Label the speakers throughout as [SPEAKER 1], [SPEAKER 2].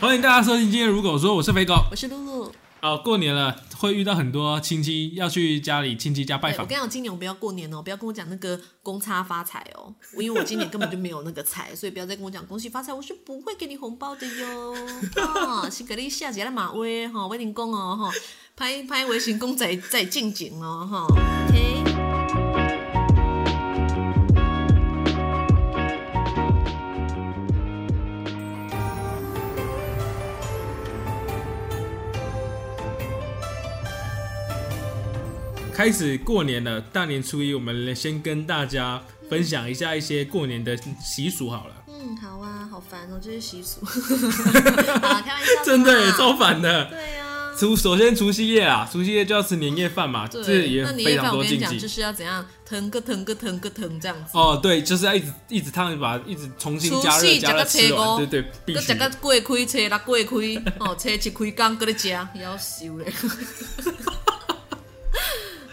[SPEAKER 1] 欢迎大家收听今天的如狗说，我是肥狗。
[SPEAKER 2] 我是露露。
[SPEAKER 1] 哦，过年了会遇到很多亲戚要去家里亲戚家拜
[SPEAKER 2] 对，我
[SPEAKER 1] 访
[SPEAKER 2] 跟你，讲，今年我不要过年哦，不要跟我讲那个公差发财哦，因为我今年根本就没有那个财，所以不要再跟我讲恭喜发财，我是不会给你红包的哟。啊，是给你下节的马威哈，威灵公哦哈，拍拍微型公仔再进景哦哈。OK，
[SPEAKER 1] 开始过年了。大年初一，我们先跟大家分享一下一些过年的习俗好了。
[SPEAKER 2] 嗯，好啊，好烦哦，这是习俗。 啊，开玩笑啦，
[SPEAKER 1] 真的耶超烦的。
[SPEAKER 2] 对啊。
[SPEAKER 1] 除首先除夕夜啊，除夕夜就要吃年夜饭嘛，这
[SPEAKER 2] 对，
[SPEAKER 1] 也
[SPEAKER 2] 那你
[SPEAKER 1] 非
[SPEAKER 2] 也
[SPEAKER 1] 常
[SPEAKER 2] 我
[SPEAKER 1] 多
[SPEAKER 2] 跟你
[SPEAKER 1] 禁
[SPEAKER 2] 讲，就
[SPEAKER 1] 忌。
[SPEAKER 2] 是要怎样腾个腾个腾个腾这样子，
[SPEAKER 1] 哦，对，就是要一直一直烫一把，一直重新
[SPEAKER 2] 除
[SPEAKER 1] 加热
[SPEAKER 2] 夕
[SPEAKER 1] 加热
[SPEAKER 2] 吃个
[SPEAKER 1] 吃完，
[SPEAKER 2] 菜
[SPEAKER 1] 对
[SPEAKER 2] 糕
[SPEAKER 1] 对，必
[SPEAKER 2] 搁
[SPEAKER 1] 须
[SPEAKER 2] 食
[SPEAKER 1] 的
[SPEAKER 2] 到。过开，车六过开，吼、车一开工搁咧食，夭寿 咧。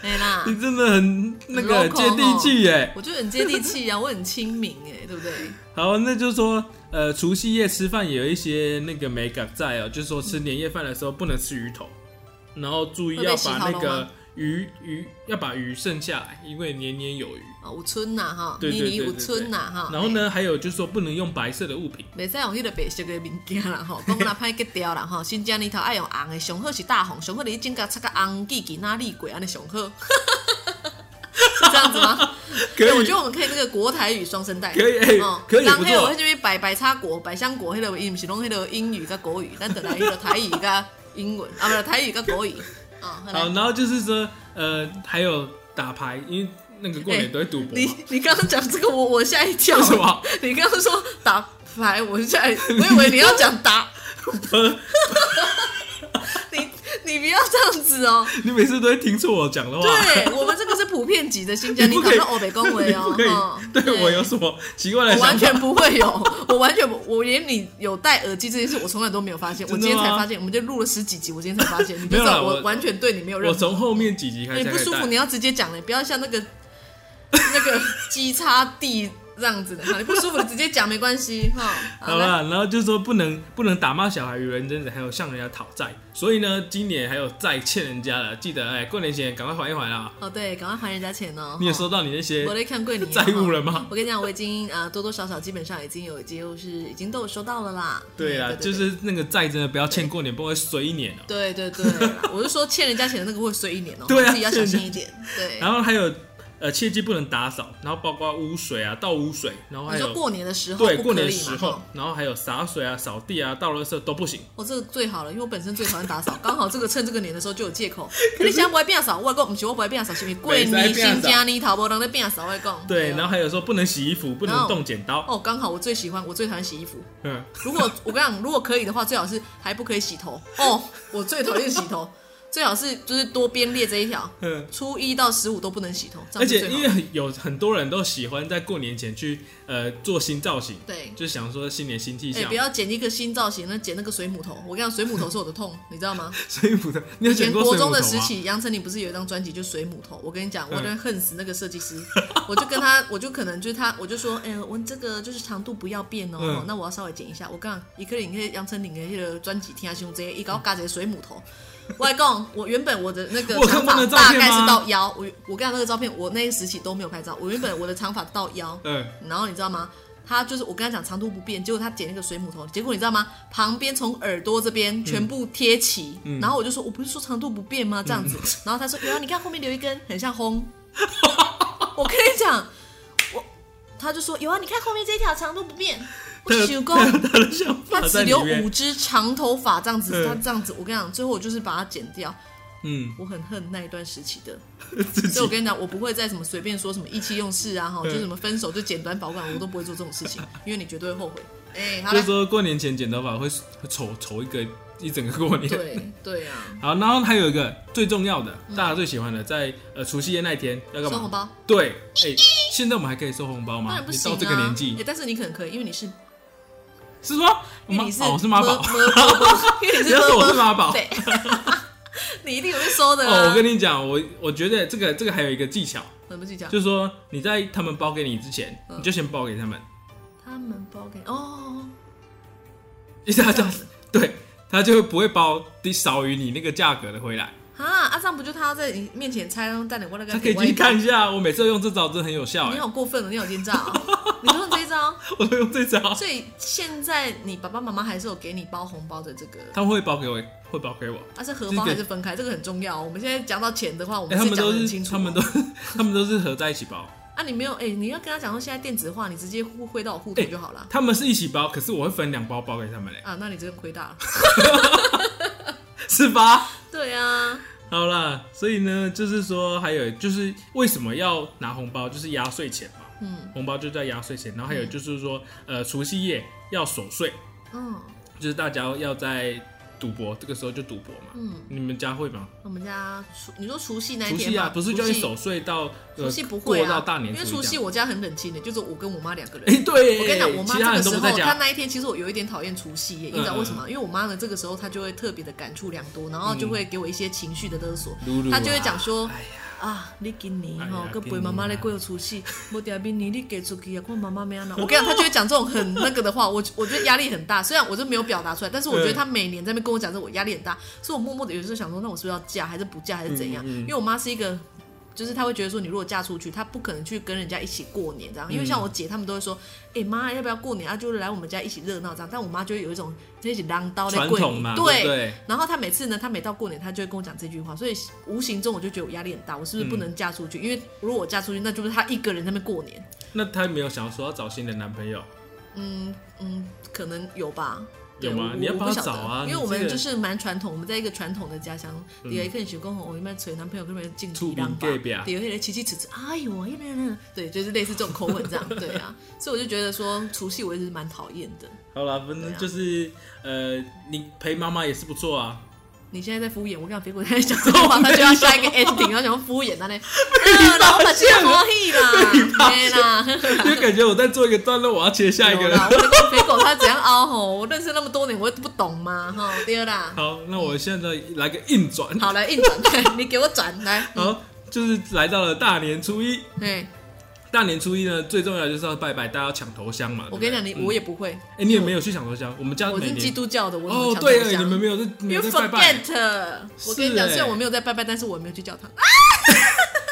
[SPEAKER 2] 哎啦，
[SPEAKER 1] 你真的很那个
[SPEAKER 2] 很 local
[SPEAKER 1] 接地气耶。
[SPEAKER 2] 我就很接地气啊，我很亲民哎，对不对？
[SPEAKER 1] 好，那就说，呃，除夕夜吃饭也有一些那个美感在哦，就是说吃年夜饭的时候不能吃鱼头，然后注意
[SPEAKER 2] 会被
[SPEAKER 1] 要
[SPEAKER 2] 洗
[SPEAKER 1] 把
[SPEAKER 2] 头
[SPEAKER 1] 那
[SPEAKER 2] 了
[SPEAKER 1] 个
[SPEAKER 2] 吗
[SPEAKER 1] 鱼鱼要把鱼剩下来，因为年年有余。
[SPEAKER 2] 啊，有春呐哈，
[SPEAKER 1] 对对
[SPEAKER 2] 年年
[SPEAKER 1] 对
[SPEAKER 2] 有
[SPEAKER 1] 对
[SPEAKER 2] 春呐哈。
[SPEAKER 1] 然后呢，还有就是说不能用白色的物品，
[SPEAKER 2] 哎？袂使用迄个白色的物件 啦吼，讲若歹结掉啦吼，新疆里头爱用红的，上好是大红，上好你指甲擦个红，记记哪里鬼安尼上好。 是这样子吗？
[SPEAKER 1] 可
[SPEAKER 2] 对，我觉
[SPEAKER 1] 以
[SPEAKER 2] 得我们 可以那个国台语双声带，嗯
[SPEAKER 1] 可以哎可以
[SPEAKER 2] 人
[SPEAKER 1] 不
[SPEAKER 2] 迄
[SPEAKER 1] 错
[SPEAKER 2] 个迄边百百差国、百香国，迄个伊毋是拢迄个英语甲国语，咱等来迄个台语甲英文，啊，不是台语甲国语。啊，
[SPEAKER 1] 好，然后就是说，呃，还有打牌，因为那个过年都会赌博
[SPEAKER 2] 你
[SPEAKER 1] 嘛。
[SPEAKER 2] 你刚刚讲这个，我我吓一跳。
[SPEAKER 1] 为什么？
[SPEAKER 2] 你刚刚说打牌，我吓一，我以为你要讲打。 你你不要这样子哦。
[SPEAKER 1] 你每次都会听错我讲的话，
[SPEAKER 2] 对我们这个是普遍级的新疆，
[SPEAKER 1] 你
[SPEAKER 2] 你
[SPEAKER 1] 不
[SPEAKER 2] 讲
[SPEAKER 1] 可以
[SPEAKER 2] 到欧北恭 维
[SPEAKER 1] 你
[SPEAKER 2] 哦
[SPEAKER 1] 不可以。
[SPEAKER 2] 哈
[SPEAKER 1] 对我有什么奇怪的
[SPEAKER 2] 我
[SPEAKER 1] 想
[SPEAKER 2] 完
[SPEAKER 1] 法？
[SPEAKER 2] 全不会有，我完全不，我连你有戴耳机这件事，我从来都没有发现。
[SPEAKER 1] 真的
[SPEAKER 2] 我今天才
[SPEAKER 1] 吗
[SPEAKER 2] 发现，我们就录了十几集，我今天才发现，你就
[SPEAKER 1] 没有
[SPEAKER 2] 知
[SPEAKER 1] 啦
[SPEAKER 2] 道
[SPEAKER 1] 我
[SPEAKER 2] 我完全对你没有任
[SPEAKER 1] 我
[SPEAKER 2] 何。哎
[SPEAKER 1] 从后面几集开始
[SPEAKER 2] 你不舒服，
[SPEAKER 1] 戴
[SPEAKER 2] 你要直接讲嘞，不要像那个那个鸡叉地这样子的哈。你不舒服，你直接讲没关系哈。
[SPEAKER 1] 好
[SPEAKER 2] 来
[SPEAKER 1] 啦，然后就说不能不能打骂小孩、与人争执，还有向人家讨债。所以呢，今年还有债欠人家的，记得哎，过年前赶快还一还啊！
[SPEAKER 2] 哦对，赶快还人家钱哦。
[SPEAKER 1] 你也
[SPEAKER 2] 哈
[SPEAKER 1] 收到你那些
[SPEAKER 2] 我，在看桂林
[SPEAKER 1] 债务了吗
[SPEAKER 2] 我跟你讲，我已经呃多多少少基本上已经有就是已经都有收到了啦。
[SPEAKER 1] 对啊，
[SPEAKER 2] 啊，
[SPEAKER 1] 就是那个债真的不要欠过年，不然会随一年哦、
[SPEAKER 2] 对对对啦，我是说欠人家钱的那个会随一年哦，
[SPEAKER 1] 对啊
[SPEAKER 2] 自己要小心一点。对，
[SPEAKER 1] 然后还有呃，切记不能打扫，然后包括污水啊、倒污水，然后还
[SPEAKER 2] 你说
[SPEAKER 1] 有
[SPEAKER 2] 过年的时候
[SPEAKER 1] 对
[SPEAKER 2] 不
[SPEAKER 1] 过
[SPEAKER 2] 可以
[SPEAKER 1] 年
[SPEAKER 2] 嘛
[SPEAKER 1] 时候
[SPEAKER 2] 哈，
[SPEAKER 1] 然后还有洒水啊、扫地啊、倒垃圾都不行。
[SPEAKER 2] 我、这个最好了，因为我本身最讨厌打扫， 刚好这个趁这个年的时候就有借 口。可你想不爱变扫，我讲不是我不爱变扫，是因为过
[SPEAKER 1] 不可以
[SPEAKER 2] 年
[SPEAKER 1] 变扫
[SPEAKER 2] 新家呢，头无人在变扫，我讲。
[SPEAKER 1] 对，
[SPEAKER 2] 啊
[SPEAKER 1] 然后还有说不能洗衣服，不
[SPEAKER 2] 然
[SPEAKER 1] 能
[SPEAKER 2] 后
[SPEAKER 1] 动剪刀。
[SPEAKER 2] 哦，刚好我最喜欢，我最讨厌洗衣服。
[SPEAKER 1] 嗯，
[SPEAKER 2] 如果我跟你讲，如果可以的话，最好是还不可以洗头。哦，我最讨厌洗头， 最好是就是多编列这一条，
[SPEAKER 1] 嗯
[SPEAKER 2] 初一到十五都不能洗头，这
[SPEAKER 1] 而
[SPEAKER 2] 样是
[SPEAKER 1] 且因
[SPEAKER 2] 最好
[SPEAKER 1] 为
[SPEAKER 2] 的。
[SPEAKER 1] 很有很多人都喜欢在过年前去呃做新造型，
[SPEAKER 2] 对，
[SPEAKER 1] 就想说新年新气
[SPEAKER 2] 哎、
[SPEAKER 1] 象
[SPEAKER 2] 不。要剪一个新造型，那剪那个水母头。我跟你讲，水母头是我的痛，你知道吗？
[SPEAKER 1] 水母头，你有
[SPEAKER 2] 以前
[SPEAKER 1] 剪过
[SPEAKER 2] 国
[SPEAKER 1] 水母头
[SPEAKER 2] 中
[SPEAKER 1] 吗
[SPEAKER 2] 的时期，杨丞琳不是有一张专辑就水母头？我跟你讲，我
[SPEAKER 1] 嗯
[SPEAKER 2] 真的恨死那个设计师。我就跟他，我就可能就是他，我就说，哎、我这个就是长度不要变哦，
[SPEAKER 1] 嗯
[SPEAKER 2] 那我要稍微剪一下。我讲，一个人那杨丞琳的那个专辑听下去，直接一搞嘎一个水母头。我还讲，我原本我的那个
[SPEAKER 1] 我有看
[SPEAKER 2] 长
[SPEAKER 1] 过那
[SPEAKER 2] 发
[SPEAKER 1] 个照片吗
[SPEAKER 2] 大概是到腰，我我跟他那个照片，我那个时期都没有拍照。我原本我的长发到腰，
[SPEAKER 1] 嗯，
[SPEAKER 2] 然后你知道吗？他就是我跟他讲长度不变，结果他剪那个水母头，结果你知道吗？旁边从耳朵这
[SPEAKER 1] 嗯
[SPEAKER 2] 边全部贴齐，然后我就说我不是说长度不变吗？这样
[SPEAKER 1] 嗯
[SPEAKER 2] 子，然后他说有啊，你看后面留一根，很像烘。我跟你讲，我他就说有啊，你看后面这一条长度不变。我
[SPEAKER 1] 他有
[SPEAKER 2] 想
[SPEAKER 1] 他有
[SPEAKER 2] 讲，
[SPEAKER 1] 他的想法
[SPEAKER 2] 他
[SPEAKER 1] 在
[SPEAKER 2] 只
[SPEAKER 1] 里
[SPEAKER 2] 留
[SPEAKER 1] 面
[SPEAKER 2] 五。只长头发这样子，
[SPEAKER 1] 嗯
[SPEAKER 2] 他这样子，我跟你讲，最后我就是把它剪掉。
[SPEAKER 1] 嗯，
[SPEAKER 2] 我很恨那一段时期的
[SPEAKER 1] 自
[SPEAKER 2] 所以我
[SPEAKER 1] 己
[SPEAKER 2] 跟你讲，我不会再什么随便说什么意气用事啊，哈，
[SPEAKER 1] 嗯
[SPEAKER 2] 就是什么分手就剪短保管，我都不会做这种事情，因为你绝对会后悔。哎、好
[SPEAKER 1] 就
[SPEAKER 2] 了
[SPEAKER 1] 是，说过年前剪头发会会丑丑一个一整个过年。
[SPEAKER 2] 对对啊，
[SPEAKER 1] 好，然后还有一个最重要的，大家最喜欢的，在呃除夕夜那一天要干
[SPEAKER 2] 收红
[SPEAKER 1] 嘛？
[SPEAKER 2] 包
[SPEAKER 1] 对，哎，现在我们还可以收红包
[SPEAKER 2] 当
[SPEAKER 1] 吗
[SPEAKER 2] 然？不
[SPEAKER 1] 你
[SPEAKER 2] 行啊，
[SPEAKER 1] 到这个年纪
[SPEAKER 2] 哎但是你可能可以，因为你是，
[SPEAKER 1] 是吗？
[SPEAKER 2] 因为
[SPEAKER 1] 妈
[SPEAKER 2] 你是
[SPEAKER 1] 哦，我是妈宝
[SPEAKER 2] 么，么么么因为你
[SPEAKER 1] 不
[SPEAKER 2] 是
[SPEAKER 1] 要
[SPEAKER 2] 么
[SPEAKER 1] 说我是
[SPEAKER 2] 么
[SPEAKER 1] 妈宝。
[SPEAKER 2] 对，你一定有被收的啊。
[SPEAKER 1] 哦，我跟你讲，我我觉得这个这个还有一个技巧，
[SPEAKER 2] 怎么去讲？
[SPEAKER 1] 就是说你在他们包给你之前，
[SPEAKER 2] 嗯
[SPEAKER 1] 你就先包给他们，
[SPEAKER 2] 他们包给哦，
[SPEAKER 1] 一下叫
[SPEAKER 2] 这样子
[SPEAKER 1] 对，他就会不会包低少于你那个价格的回来。
[SPEAKER 2] 啊，阿丈不就他要在你面前拆，然后带你过那个
[SPEAKER 1] 他可以去看一下，我每次都用这招真的很有效
[SPEAKER 2] 你
[SPEAKER 1] 哎，
[SPEAKER 2] 好过分哦，你好奸诈哦，你用这一招，
[SPEAKER 1] 我都用这招，
[SPEAKER 2] 所以现在你爸爸妈妈还是有给你包红包的这个，
[SPEAKER 1] 他会包给我，会包给我。
[SPEAKER 2] 它、是荷包
[SPEAKER 1] 这个
[SPEAKER 2] 还是分开？这个很重要哦。我们现在讲到钱的话，我
[SPEAKER 1] 哎、
[SPEAKER 2] 们
[SPEAKER 1] 他
[SPEAKER 2] 是
[SPEAKER 1] 们
[SPEAKER 2] 讲
[SPEAKER 1] 都
[SPEAKER 2] 的很
[SPEAKER 1] 是
[SPEAKER 2] 清楚哦、
[SPEAKER 1] 他们都 他们都是合在一起包，
[SPEAKER 2] 啊，你没有哎、你要跟他讲说现在电子化，你直接互汇到我户头
[SPEAKER 1] 哎
[SPEAKER 2] 就好 了、
[SPEAKER 1] 他们是一起包，可是我会分两包包给他 们嘞，
[SPEAKER 2] 啊，那你真的亏大了。
[SPEAKER 1] 是吧？
[SPEAKER 2] 对啊，
[SPEAKER 1] 好啦，所以呢，就是说，还有就是为什么要拿红包，就是压岁钱嘛，
[SPEAKER 2] 嗯
[SPEAKER 1] 红包就叫压岁钱，然后还有就是说，呃，除夕夜要守岁，
[SPEAKER 2] 嗯
[SPEAKER 1] 就是大家要在赌博，这个时候就赌博嘛。
[SPEAKER 2] 嗯，
[SPEAKER 1] 你们家会吗？
[SPEAKER 2] 我们家除你说除夕那一
[SPEAKER 1] 除
[SPEAKER 2] 天
[SPEAKER 1] 夕啊，
[SPEAKER 2] 吗
[SPEAKER 1] 不是
[SPEAKER 2] 除
[SPEAKER 1] 就一
[SPEAKER 2] 夕
[SPEAKER 1] 守岁到呃
[SPEAKER 2] 除夕不会
[SPEAKER 1] 过到
[SPEAKER 2] 啊，
[SPEAKER 1] 大年初
[SPEAKER 2] 因为
[SPEAKER 1] 一
[SPEAKER 2] 除夕
[SPEAKER 1] 这样。
[SPEAKER 2] 我家很冷清的，就是我跟我妈两个人。
[SPEAKER 1] 哎、 对，
[SPEAKER 2] 我跟你讲，我妈
[SPEAKER 1] 其他人
[SPEAKER 2] 这个
[SPEAKER 1] 都
[SPEAKER 2] 时
[SPEAKER 1] 不
[SPEAKER 2] 候
[SPEAKER 1] 在，
[SPEAKER 2] 她
[SPEAKER 1] 家，
[SPEAKER 2] 那一天其实我有一点讨厌除夕夜，你知道
[SPEAKER 1] 嗯嗯
[SPEAKER 2] 为什么？因为我妈呢，这个时候她就会特别的感触良多，然后就会给我一些情绪的勒索，
[SPEAKER 1] 鲁鲁啊
[SPEAKER 2] 她就会讲说
[SPEAKER 1] 哎呀。
[SPEAKER 2] 啊，你今年
[SPEAKER 1] 哎呀
[SPEAKER 2] 吼，跟
[SPEAKER 1] 今
[SPEAKER 2] 陪妈妈
[SPEAKER 1] 年
[SPEAKER 2] 来
[SPEAKER 1] 啊
[SPEAKER 2] 过除夕，无定明年你嫁出去啊，看妈妈咩样啦。我跟 你讲，她就会讲这种很那个的话，我我觉得压力很大。虽然我就没有表达出来，但是我觉得
[SPEAKER 1] 嗯
[SPEAKER 2] 她每年在那边跟我讲这，我压力很大，所以我默默的有时候想说，那我是不是要嫁，还是不嫁，还是怎样？
[SPEAKER 1] 嗯嗯
[SPEAKER 2] 因为我妈是一个就是她会觉得说，你如果嫁出去，她不可能去跟人家一起过年这样，因为像
[SPEAKER 1] 嗯
[SPEAKER 2] 我姐她们都会说，哎、妈，要不要过年啊？就来我们家一起热闹这样。但我妈就会有一种在一起浪刀在
[SPEAKER 1] 传
[SPEAKER 2] 过
[SPEAKER 1] 统
[SPEAKER 2] 年，
[SPEAKER 1] 嘛，
[SPEAKER 2] 对。
[SPEAKER 1] 对不对？
[SPEAKER 2] 然后她每次呢，她每到过年，她就会跟我讲这句话，所以无形中我就觉得我压力很大，我是不是不能嫁出去？
[SPEAKER 1] 嗯
[SPEAKER 2] 因为如果我嫁出去，那就是她一个人在那边过年，
[SPEAKER 1] 那她没有想说要找新的男朋友，
[SPEAKER 2] 嗯嗯，可能有吧。对
[SPEAKER 1] 有吗
[SPEAKER 2] 我
[SPEAKER 1] 你要
[SPEAKER 2] 我
[SPEAKER 1] 帮
[SPEAKER 2] 不
[SPEAKER 1] 她
[SPEAKER 2] 晓得
[SPEAKER 1] 找啊
[SPEAKER 2] 因为
[SPEAKER 1] 你
[SPEAKER 2] 我们
[SPEAKER 1] 这个嗯
[SPEAKER 2] 就是蛮传统，我们在一个传统的家乡，底下一个人公公，我一般找男朋友跟别人进
[SPEAKER 1] 出
[SPEAKER 2] 一浪
[SPEAKER 1] 名
[SPEAKER 2] 吧
[SPEAKER 1] gay 吧，
[SPEAKER 2] 对，有些人奇奇齿齿，哎呦，哎呀那那那， 对，就是类似这种口吻这样，对啊，所以我就觉得说除夕我也是蛮讨厌的。
[SPEAKER 1] 好啦，反
[SPEAKER 2] 啊
[SPEAKER 1] 正就是、呃，你陪妈妈也是不错啊。
[SPEAKER 2] 你现在在敷衍，我跟你讲，别果他在讲这种话，他就要下 一个 ending，然后想要敷衍他呢，呃老板就可 以啦，没啦，
[SPEAKER 1] 就感觉我在做一个段落，我要切下一个
[SPEAKER 2] 有
[SPEAKER 1] 了
[SPEAKER 2] 啦。我在跟肥狗他怎样凹吼，我认识那么多年，我也不懂嘛，哈，对 啦，
[SPEAKER 1] 好，那我现在来个硬转，
[SPEAKER 2] 好来硬转， 你给我转来，
[SPEAKER 1] 好，就是来到了大年初一。
[SPEAKER 2] 哎，
[SPEAKER 1] 大年初一呢，最重要就是要拜拜，大家要抢头香嘛。
[SPEAKER 2] 我跟你讲，
[SPEAKER 1] 对
[SPEAKER 2] 你
[SPEAKER 1] 不对
[SPEAKER 2] 我也不会，
[SPEAKER 1] 哎、你也没有去抢头香，我们家
[SPEAKER 2] 我
[SPEAKER 1] 每
[SPEAKER 2] 是基
[SPEAKER 1] 年
[SPEAKER 2] 督教的，我怎么
[SPEAKER 1] 嗯哦，
[SPEAKER 2] 抢
[SPEAKER 1] 对
[SPEAKER 2] 头
[SPEAKER 1] 了，
[SPEAKER 2] 香
[SPEAKER 1] 你们没有是没
[SPEAKER 2] You
[SPEAKER 1] 有在拜拜。
[SPEAKER 2] forget，我跟你
[SPEAKER 1] 是
[SPEAKER 2] 讲，
[SPEAKER 1] 欸
[SPEAKER 2] 虽然我没有在拜拜，但是我没有去教堂。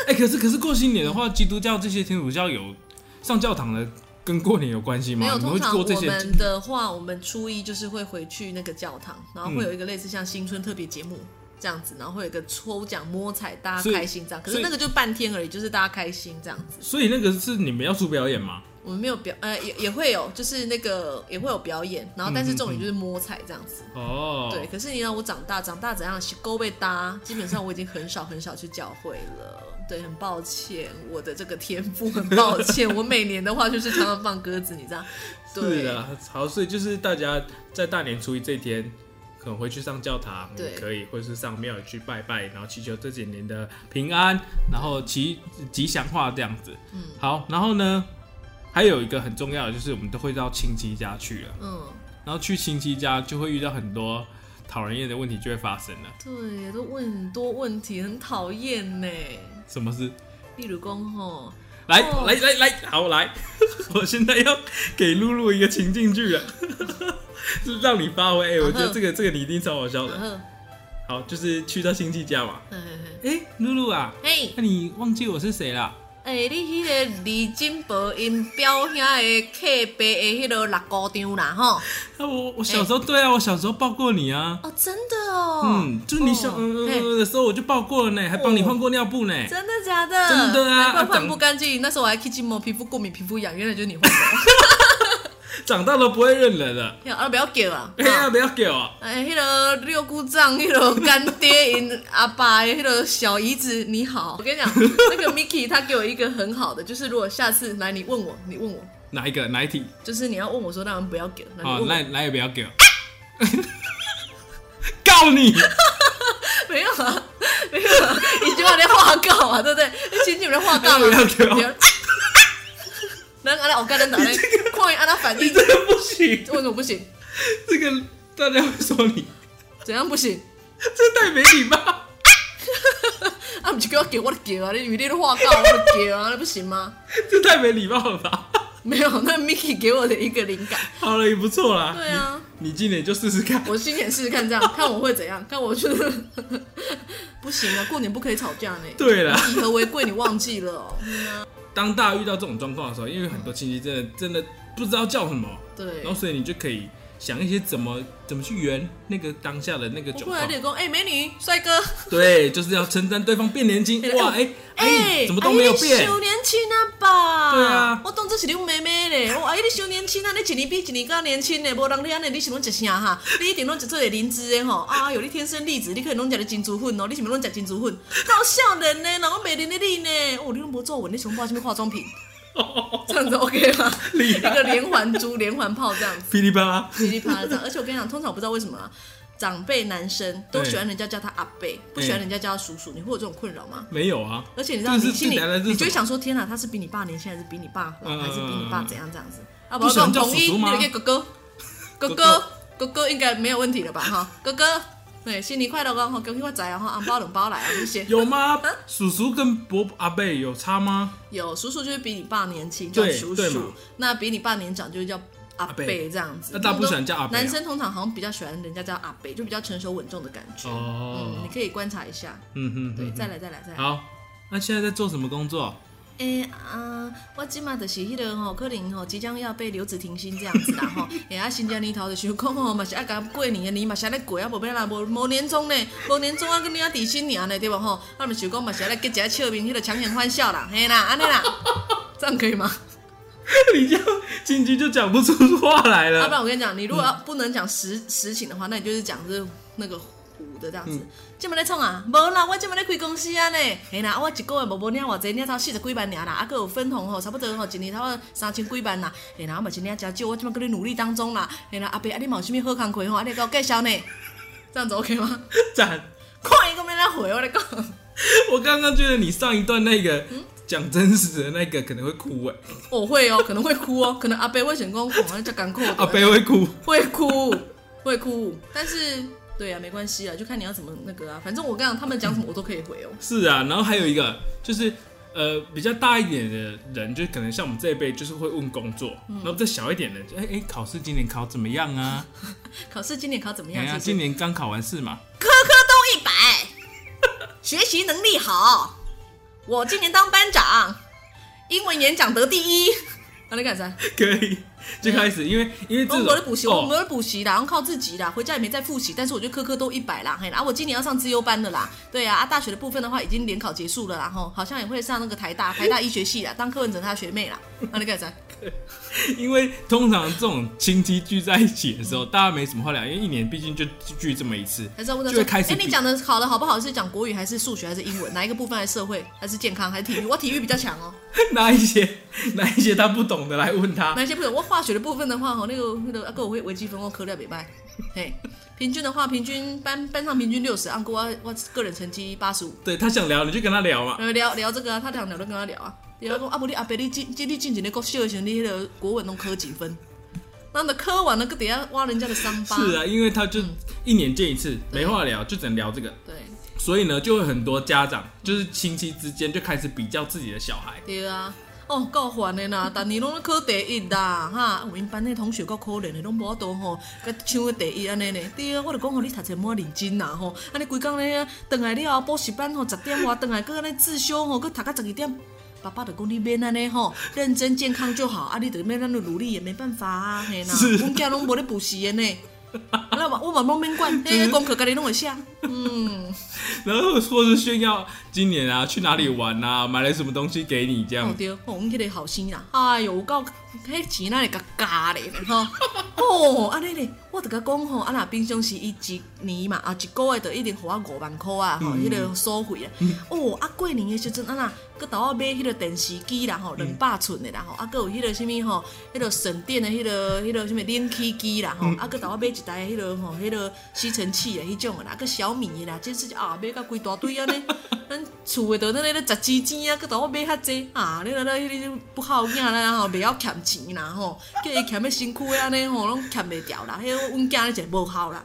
[SPEAKER 1] 哎、可是可是过新年的话，基督教这些天主教有上教堂的，跟过年有关系吗？
[SPEAKER 2] 没有，
[SPEAKER 1] 你们
[SPEAKER 2] 通
[SPEAKER 1] 会
[SPEAKER 2] 常
[SPEAKER 1] 过
[SPEAKER 2] 我
[SPEAKER 1] 这些？
[SPEAKER 2] 们的话，我们初一就是会回去那个教堂，然后会有一个类似像新春特别节目这样子，然后会有一个抽奖摸彩，大家
[SPEAKER 1] 所以
[SPEAKER 2] 开心这样。可
[SPEAKER 1] 所
[SPEAKER 2] 是
[SPEAKER 1] 以
[SPEAKER 2] 那个就半天而已，就是大家开心这样子。
[SPEAKER 1] 所以那个是你们要出表演吗？
[SPEAKER 2] 我们没有表，呃，也也会有，就是那个也会有表演，然后但是重点就是摸彩这样子。
[SPEAKER 1] 哦，
[SPEAKER 2] 对，，可是你让我长大，长大怎样勾被搭，基本上我已经很少很少去教会了。对，很抱歉，我的这个天赋很抱歉，我每年的话就是常常放鸽子，你知道？
[SPEAKER 1] 是啊
[SPEAKER 2] 对
[SPEAKER 1] 的，好，所以就是大家在大年初一这一天，可能回去上教堂，
[SPEAKER 2] 对
[SPEAKER 1] 也可以，或者是上庙宇去拜拜，然后祈求这几年的平安，然后吉吉祥话这样子。嗯，好，然后呢，还有一个很重要的就是我们都会到亲戚家去了，
[SPEAKER 2] 嗯。
[SPEAKER 1] 然后去亲戚家就会遇到很多讨人厌的问题就会发生了。
[SPEAKER 2] 对，都问很多问题，很讨厌呢。
[SPEAKER 1] 什么事？
[SPEAKER 2] 例如公吼，
[SPEAKER 1] 来、
[SPEAKER 2] 哦
[SPEAKER 1] 来来来，好来， 我现在要给露露一个情境剧了， 是让你发挥。哎、我觉
[SPEAKER 2] 然
[SPEAKER 1] 得
[SPEAKER 2] 后
[SPEAKER 1] 这个这个你一定超好笑的
[SPEAKER 2] 然。后，
[SPEAKER 1] 好，就是去到亲戚家嘛。
[SPEAKER 2] 嘿嘿嘿
[SPEAKER 1] 哎、露露啊，
[SPEAKER 2] 嘿，
[SPEAKER 1] 那你忘记我是谁啦？
[SPEAKER 2] 哎、你迄个李金博因表兄的客杯的迄个六姑丈啦，吼，
[SPEAKER 1] 啊，我我小时候、对啊，我小时候抱过你啊。
[SPEAKER 2] 哦，真的哦，
[SPEAKER 1] 嗯，就是你小
[SPEAKER 2] 哦
[SPEAKER 1] 嗯嗯
[SPEAKER 2] 嘿
[SPEAKER 1] 嗯的时候我就抱过了呢，还帮你换过尿布呢。
[SPEAKER 2] 真的假的？
[SPEAKER 1] 真的啊
[SPEAKER 2] 难怪
[SPEAKER 1] 啊长
[SPEAKER 2] 换不干净。那时候我还去筋膜皮肤过敏，皮肤痒，原来就是你换 的。
[SPEAKER 1] 长大了不会认人了。
[SPEAKER 2] 嘿啊，不要给啊！
[SPEAKER 1] 哎呀，不要给我！
[SPEAKER 2] 哎，迄个六姑丈，迄个干爹因阿爸的迄个小姨子，你好，我跟你讲，那个 Miki 他给我一个很好的，就是如果下次来你问我，你问我，
[SPEAKER 1] 哪一个？哪一题？
[SPEAKER 2] 就是你要问我说，让人不要给，那
[SPEAKER 1] 好，
[SPEAKER 2] 你问我
[SPEAKER 1] 来来啊也不要给我。啊 告你！
[SPEAKER 2] 没有啊，没有啊，一句话在画稿啊，对不对？亲戚们在画稿嘛
[SPEAKER 1] 不要给我，
[SPEAKER 2] 那阿拉我跟人打嘞，看阿拉反
[SPEAKER 1] 你
[SPEAKER 2] 应，
[SPEAKER 1] 这个不行，
[SPEAKER 2] 为什么不行？
[SPEAKER 1] 这个大家会说你，
[SPEAKER 2] 怎样不行？
[SPEAKER 1] 这太没礼貌。
[SPEAKER 2] 啊，不是给我给我的给啊，你你的画稿我的给啊，那不行吗？
[SPEAKER 1] 这太没礼貌了吧？
[SPEAKER 2] 没有，那 Miki 给我的一个灵感，
[SPEAKER 1] 好了，也不错啦。
[SPEAKER 2] 对啊，
[SPEAKER 1] 你今年就试试看。
[SPEAKER 2] 我今年试试看这样，看我会怎样，看我觉得 不行啊，过年不可以吵架呢。
[SPEAKER 1] 对啦，
[SPEAKER 2] 以和为贵，你忘记了、哦？
[SPEAKER 1] 当大家遇到这种状况的时候，因为很多亲戚真的真的不知道叫什么，
[SPEAKER 2] 对
[SPEAKER 1] 然后，所以你就可以想一些怎么怎么去圆那个当下的那个窘
[SPEAKER 2] 不然
[SPEAKER 1] 况。
[SPEAKER 2] 你公哎，美女，帅哥，
[SPEAKER 1] 对，就是要称赞对方变年轻。
[SPEAKER 2] 哎
[SPEAKER 1] 哇，哎哎，怎么都没有
[SPEAKER 2] 哎
[SPEAKER 1] 变
[SPEAKER 2] 你？小年轻啊吧？
[SPEAKER 1] 对啊
[SPEAKER 2] 我当这是你妹 妹嘞。我哎，你小年轻啊，你一年比一年更年轻嘞。无人你安尼，你是拢食啥哈？你一定拢食做个灵芝的吼。啊哟，你天生丽质，你可以拢食个珍珠粉哦。你是毋是拢食珍珠粉？搞笑人呢，人我美人的你呢？哦，你拢无皱纹，你全部什么化妆 品？这样子 OK 吗？
[SPEAKER 1] 厉
[SPEAKER 2] 一
[SPEAKER 1] 害
[SPEAKER 2] 个连环珠、连环炮这样 子，
[SPEAKER 1] 噼里啪啦，
[SPEAKER 2] 噼里啪啦这样。而且我跟你讲，通常我不知道为什么啊，长辈男生都喜欢人家叫他阿伯，不喜欢人家叫他叔叔。你会有这种困扰吗？
[SPEAKER 1] 没有啊？
[SPEAKER 2] 而且你知道，
[SPEAKER 1] 这是
[SPEAKER 2] 你心里
[SPEAKER 1] 自然的这是
[SPEAKER 2] 你就
[SPEAKER 1] 什
[SPEAKER 2] 会
[SPEAKER 1] 么
[SPEAKER 2] 想说：天哪，他是比你爸年轻，还是比你爸老，
[SPEAKER 1] 嗯
[SPEAKER 2] 还是比你爸
[SPEAKER 1] 嗯嗯
[SPEAKER 2] 怎样这样子？啊，
[SPEAKER 1] 不喜欢
[SPEAKER 2] 我
[SPEAKER 1] 叫
[SPEAKER 2] 统
[SPEAKER 1] 叔
[SPEAKER 2] 一，
[SPEAKER 1] 叔吗
[SPEAKER 2] 你有一个哥哥，哥
[SPEAKER 1] 哥
[SPEAKER 2] 哥
[SPEAKER 1] 哥，
[SPEAKER 2] 哥哥应该没有问题了吧？哈，哥哥，对，新年快乐哦，吼，恭喜发财啊，哈，红包两包来啊，这些
[SPEAKER 1] 有吗？叔叔跟伯伯阿贝有差吗？
[SPEAKER 2] 有叔叔就是比你爸年轻叫
[SPEAKER 1] 对
[SPEAKER 2] 叔
[SPEAKER 1] 对
[SPEAKER 2] 叔
[SPEAKER 1] 嘛，
[SPEAKER 2] 那比你爸年长就是叫阿伯
[SPEAKER 1] 阿伯
[SPEAKER 2] 这样子。
[SPEAKER 1] 那大部分喜欢叫阿伯啊
[SPEAKER 2] 男生通常好像比较喜欢人家叫阿伯，就比较成熟稳重的感觉。嗯，
[SPEAKER 1] 哦
[SPEAKER 2] 你，可以观察一下。
[SPEAKER 1] 嗯哼，
[SPEAKER 2] 对，
[SPEAKER 1] 嗯
[SPEAKER 2] 再来再来再来。
[SPEAKER 1] 好。那现在在做什么工作？
[SPEAKER 2] 诶、啊，我即马就是迄个吼，可能吼即将要被留子停薪这样子啦吼。 诶、啊，新疆年头就想讲吼，嘛是啊爱甲过年的年嘛是爱咧过啊，无要啦，无无年终呢，无年终啊，跟你啊底薪尔呢，对无吼？啊，咪想讲嘛是爱咧结一下笑面，迄、个强颜欢笑啦，嘿啦，安尼啦， 这样可以吗？
[SPEAKER 1] 你就进去就讲不出话来
[SPEAKER 2] 要、啊
[SPEAKER 1] 了。
[SPEAKER 2] 不然我跟你讲，你如果要不能讲实实情的话，那你就是讲是那个虎的这样子。即马咧创啊？无啦，我即马咧开公司啊呢。嘿啦，啊我一个月无无领偌济，领头四十几万尔啦，啊，佫有分红吼，差不多吼，一年差不多三千几万啦。嘿啦，我嘛是领诚少，我即马搁咧努力当中啦。嘿啦，阿伯，啊你嘛有啥物好工课吼？啊你甲我介绍呢？这样子 OK 吗？
[SPEAKER 1] 赞！
[SPEAKER 2] 看伊个免来回我咧讲，
[SPEAKER 1] 我刚刚觉得你上一段那个讲真实的那个可能会哭哎，
[SPEAKER 2] 我会哦，可能会哭哦，可能阿伯会想讲，哦，安尼真艰苦。
[SPEAKER 1] 阿贝会哭。
[SPEAKER 2] 会哭， 会哭，但是对啊，没关系啊，就看你要怎么那个啊。反正我跟你讲，他们讲什么我都可以 回哦。
[SPEAKER 1] 是啊，然后还有一个就是，呃，比较大一点的人，就可能像我们这一辈，就是会问工作，
[SPEAKER 2] 嗯
[SPEAKER 1] 然后再小一点的，就哎、哎、考试今年考怎么样啊？
[SPEAKER 2] 考试今年考怎么
[SPEAKER 1] 哎
[SPEAKER 2] 样？
[SPEAKER 1] 呀，
[SPEAKER 2] 是不是
[SPEAKER 1] 今年刚考完试嘛，
[SPEAKER 2] 科科都一百， 学习能力好。我今年当班长，英文演讲得第一。那你干啥？
[SPEAKER 1] 可以就开始，因为因为这
[SPEAKER 2] 我
[SPEAKER 1] 种
[SPEAKER 2] 我的补习，我
[SPEAKER 1] 哦，
[SPEAKER 2] 没有补习啦，然后靠自己啦，回家也没再复习，但是我就科科都一百啦，嘿啦，啊，我今年要上资优班的啦，对啊，啊，大学的部分的话已经联考结束了啦，然后好像也会上那个台大台大医学系啦，当柯文哲他学妹啦，那你干啥？
[SPEAKER 1] 因为通常这种亲戚聚在一起的时候，大家没什么话聊，因为一年毕竟就聚这么一次，
[SPEAKER 2] 还是要问他
[SPEAKER 1] 就
[SPEAKER 2] 说
[SPEAKER 1] 会：“开始
[SPEAKER 2] 哎、
[SPEAKER 1] 比
[SPEAKER 2] 你讲的考的好不好？是讲国语还是数学还是英文？哪一个部分还是社会还是健康还是体育？我体育比较强哦。
[SPEAKER 1] 拿一些拿一些他不懂的来问他，
[SPEAKER 2] 哪一些不懂？我化学的部分的话，吼，那个那个啊，跟我会微积分，我科料北拜。嘿，平均的话，平均班班上平均六十，按过我我个人成绩八十五。
[SPEAKER 1] 对他想聊你就跟他聊嘛，
[SPEAKER 2] 然后聊聊这个、啊，他俩聊都跟他聊啊，聊讲啊，不你阿伯你今今你进前的国小的时候，你那个国文拢科几分？那的科完了，搁底下挖人家的伤疤。
[SPEAKER 1] 是啊，因为他就
[SPEAKER 2] 嗯
[SPEAKER 1] 一年见一次，没话聊，就只能聊这个。
[SPEAKER 2] 对
[SPEAKER 1] 所以呢，就会很多家长就是亲戚之间就开始比较自己的小孩，
[SPEAKER 2] 对啊，哦，够烦的啦！ 逐年拢咧考第一啦，哈，我因班的同学够可怜的，拢无法度吼，甲抢个第一安尼呢。对啊，我就讲吼，你读册莫认真啦吼，安尼规工咧，倒来了后补习班吼，十点外倒来，搁安尼自修吼，搁读到十二点。爸爸就讲你免安尼吼，认真健康就好啊！你就免咱努力也没办法啊，嘿啦，
[SPEAKER 1] 是
[SPEAKER 2] 阮囝拢无咧补习的呢， 那嘛我嘛拢免管，嘿，功课家己拢会写。
[SPEAKER 1] 然后或是炫耀今年啊去哪里玩啊，买了什么东西给你这
[SPEAKER 2] 哦
[SPEAKER 1] 样。
[SPEAKER 2] 对，哦，阮迄个后生啦，哎哟，有够，迄钱哪会甲加咧，吼， 哦，安尼咧，我着甲讲吼，啊若平常时伊一年嘛，啊一个月着一定互我五万箍啊，吼，迄个收费啊，哦，啊过年的时阵啊若搁倒我买迄个电视机啦吼，两百寸的啦吼，啊搁有迄个啥物吼，迄个省电的迄个迄个啥物冷气机啦吼，啊搁倒我买一台迄个吼，迄个吸尘器的迄种的啦，啊搁小米的啦，真是啊买甲规大堆安尼。咱厝的在那咧十几钱啊，搁倒我买较济啊，你来咧迄个不好囝啦吼，袂晓欠钱啦吼，啊叫伊欠的辛苦的安尼吼，拢欠袂掉啦，迄个阮囝咧就无效啦。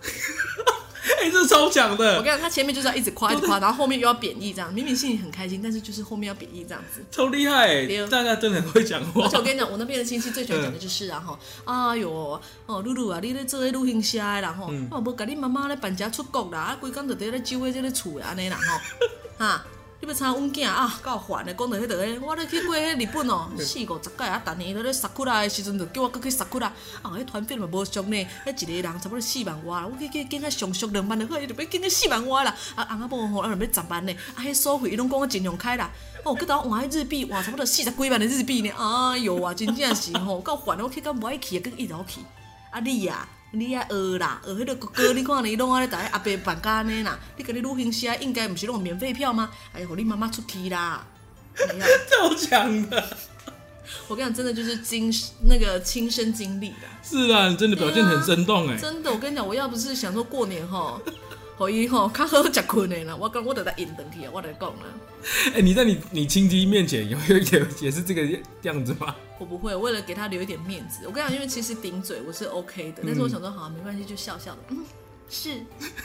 [SPEAKER 1] 哎、这超强
[SPEAKER 2] 我
[SPEAKER 1] 的，
[SPEAKER 2] 跟你讲，他前面就是要一直夸，一直夸，然后后面又要贬义，这样明明心里很开心，但是就是后面要贬义这样子。
[SPEAKER 1] 超厉害
[SPEAKER 2] 对，
[SPEAKER 1] 大家真的很会讲话
[SPEAKER 2] 而且。我跟你讲，我那边的亲戚最喜欢讲的就是啊吼，哎哟，哦露露啊，你咧做咧旅行社的啦吼，我无甲你妈妈咧办假出国啦，啊规工就伫咧酒的即个厝安尼啦吼，啊，你要参阮囝啊，够烦的，讲到迄度咧，我咧去过迄日本哦，四五十届啊，逐年咧咧萨库拉的时阵，就叫我过去萨库拉，啊，迄团费嘛无俗呢，迄一个人差不多四万外啦，我去去见啊上俗两万就好，伊就要见啊四万外啦，啊翁仔某吼，啊就要十万呢，啊迄收费伊拢讲我尽量开啦。哦，佮倒换迄日币，哇，差不多四十几万的日币呢。哎哟啊，真正是吼，够烦的，我去到无爱去啊，佮一直去。啊你啊，你啊学啦，学迄个哥哥，你看呢，伊拢安尼，逐个阿伯办甲安尼啦。你甲你旅行社应该毋是拢有免费票吗？哎呀，互你妈妈出去啦。哎呀，
[SPEAKER 1] 超强的，
[SPEAKER 2] 我跟你讲，真的就是经那个亲身经历啦，
[SPEAKER 1] 是啊，你真的表现很生动哎、
[SPEAKER 2] 真的。我跟你讲，我要不是想说过年吼，互伊吼较好食困的啦，我讲我得来引转去啊，我来讲啦。
[SPEAKER 1] 哎、你在你你亲戚面前有有有也是这个样子吗？
[SPEAKER 2] 我不会，为了给他留一点面子，我跟你讲，因为其实顶嘴我是 OK 的，但是我想说，好，没关系，就笑笑的，嗯，是，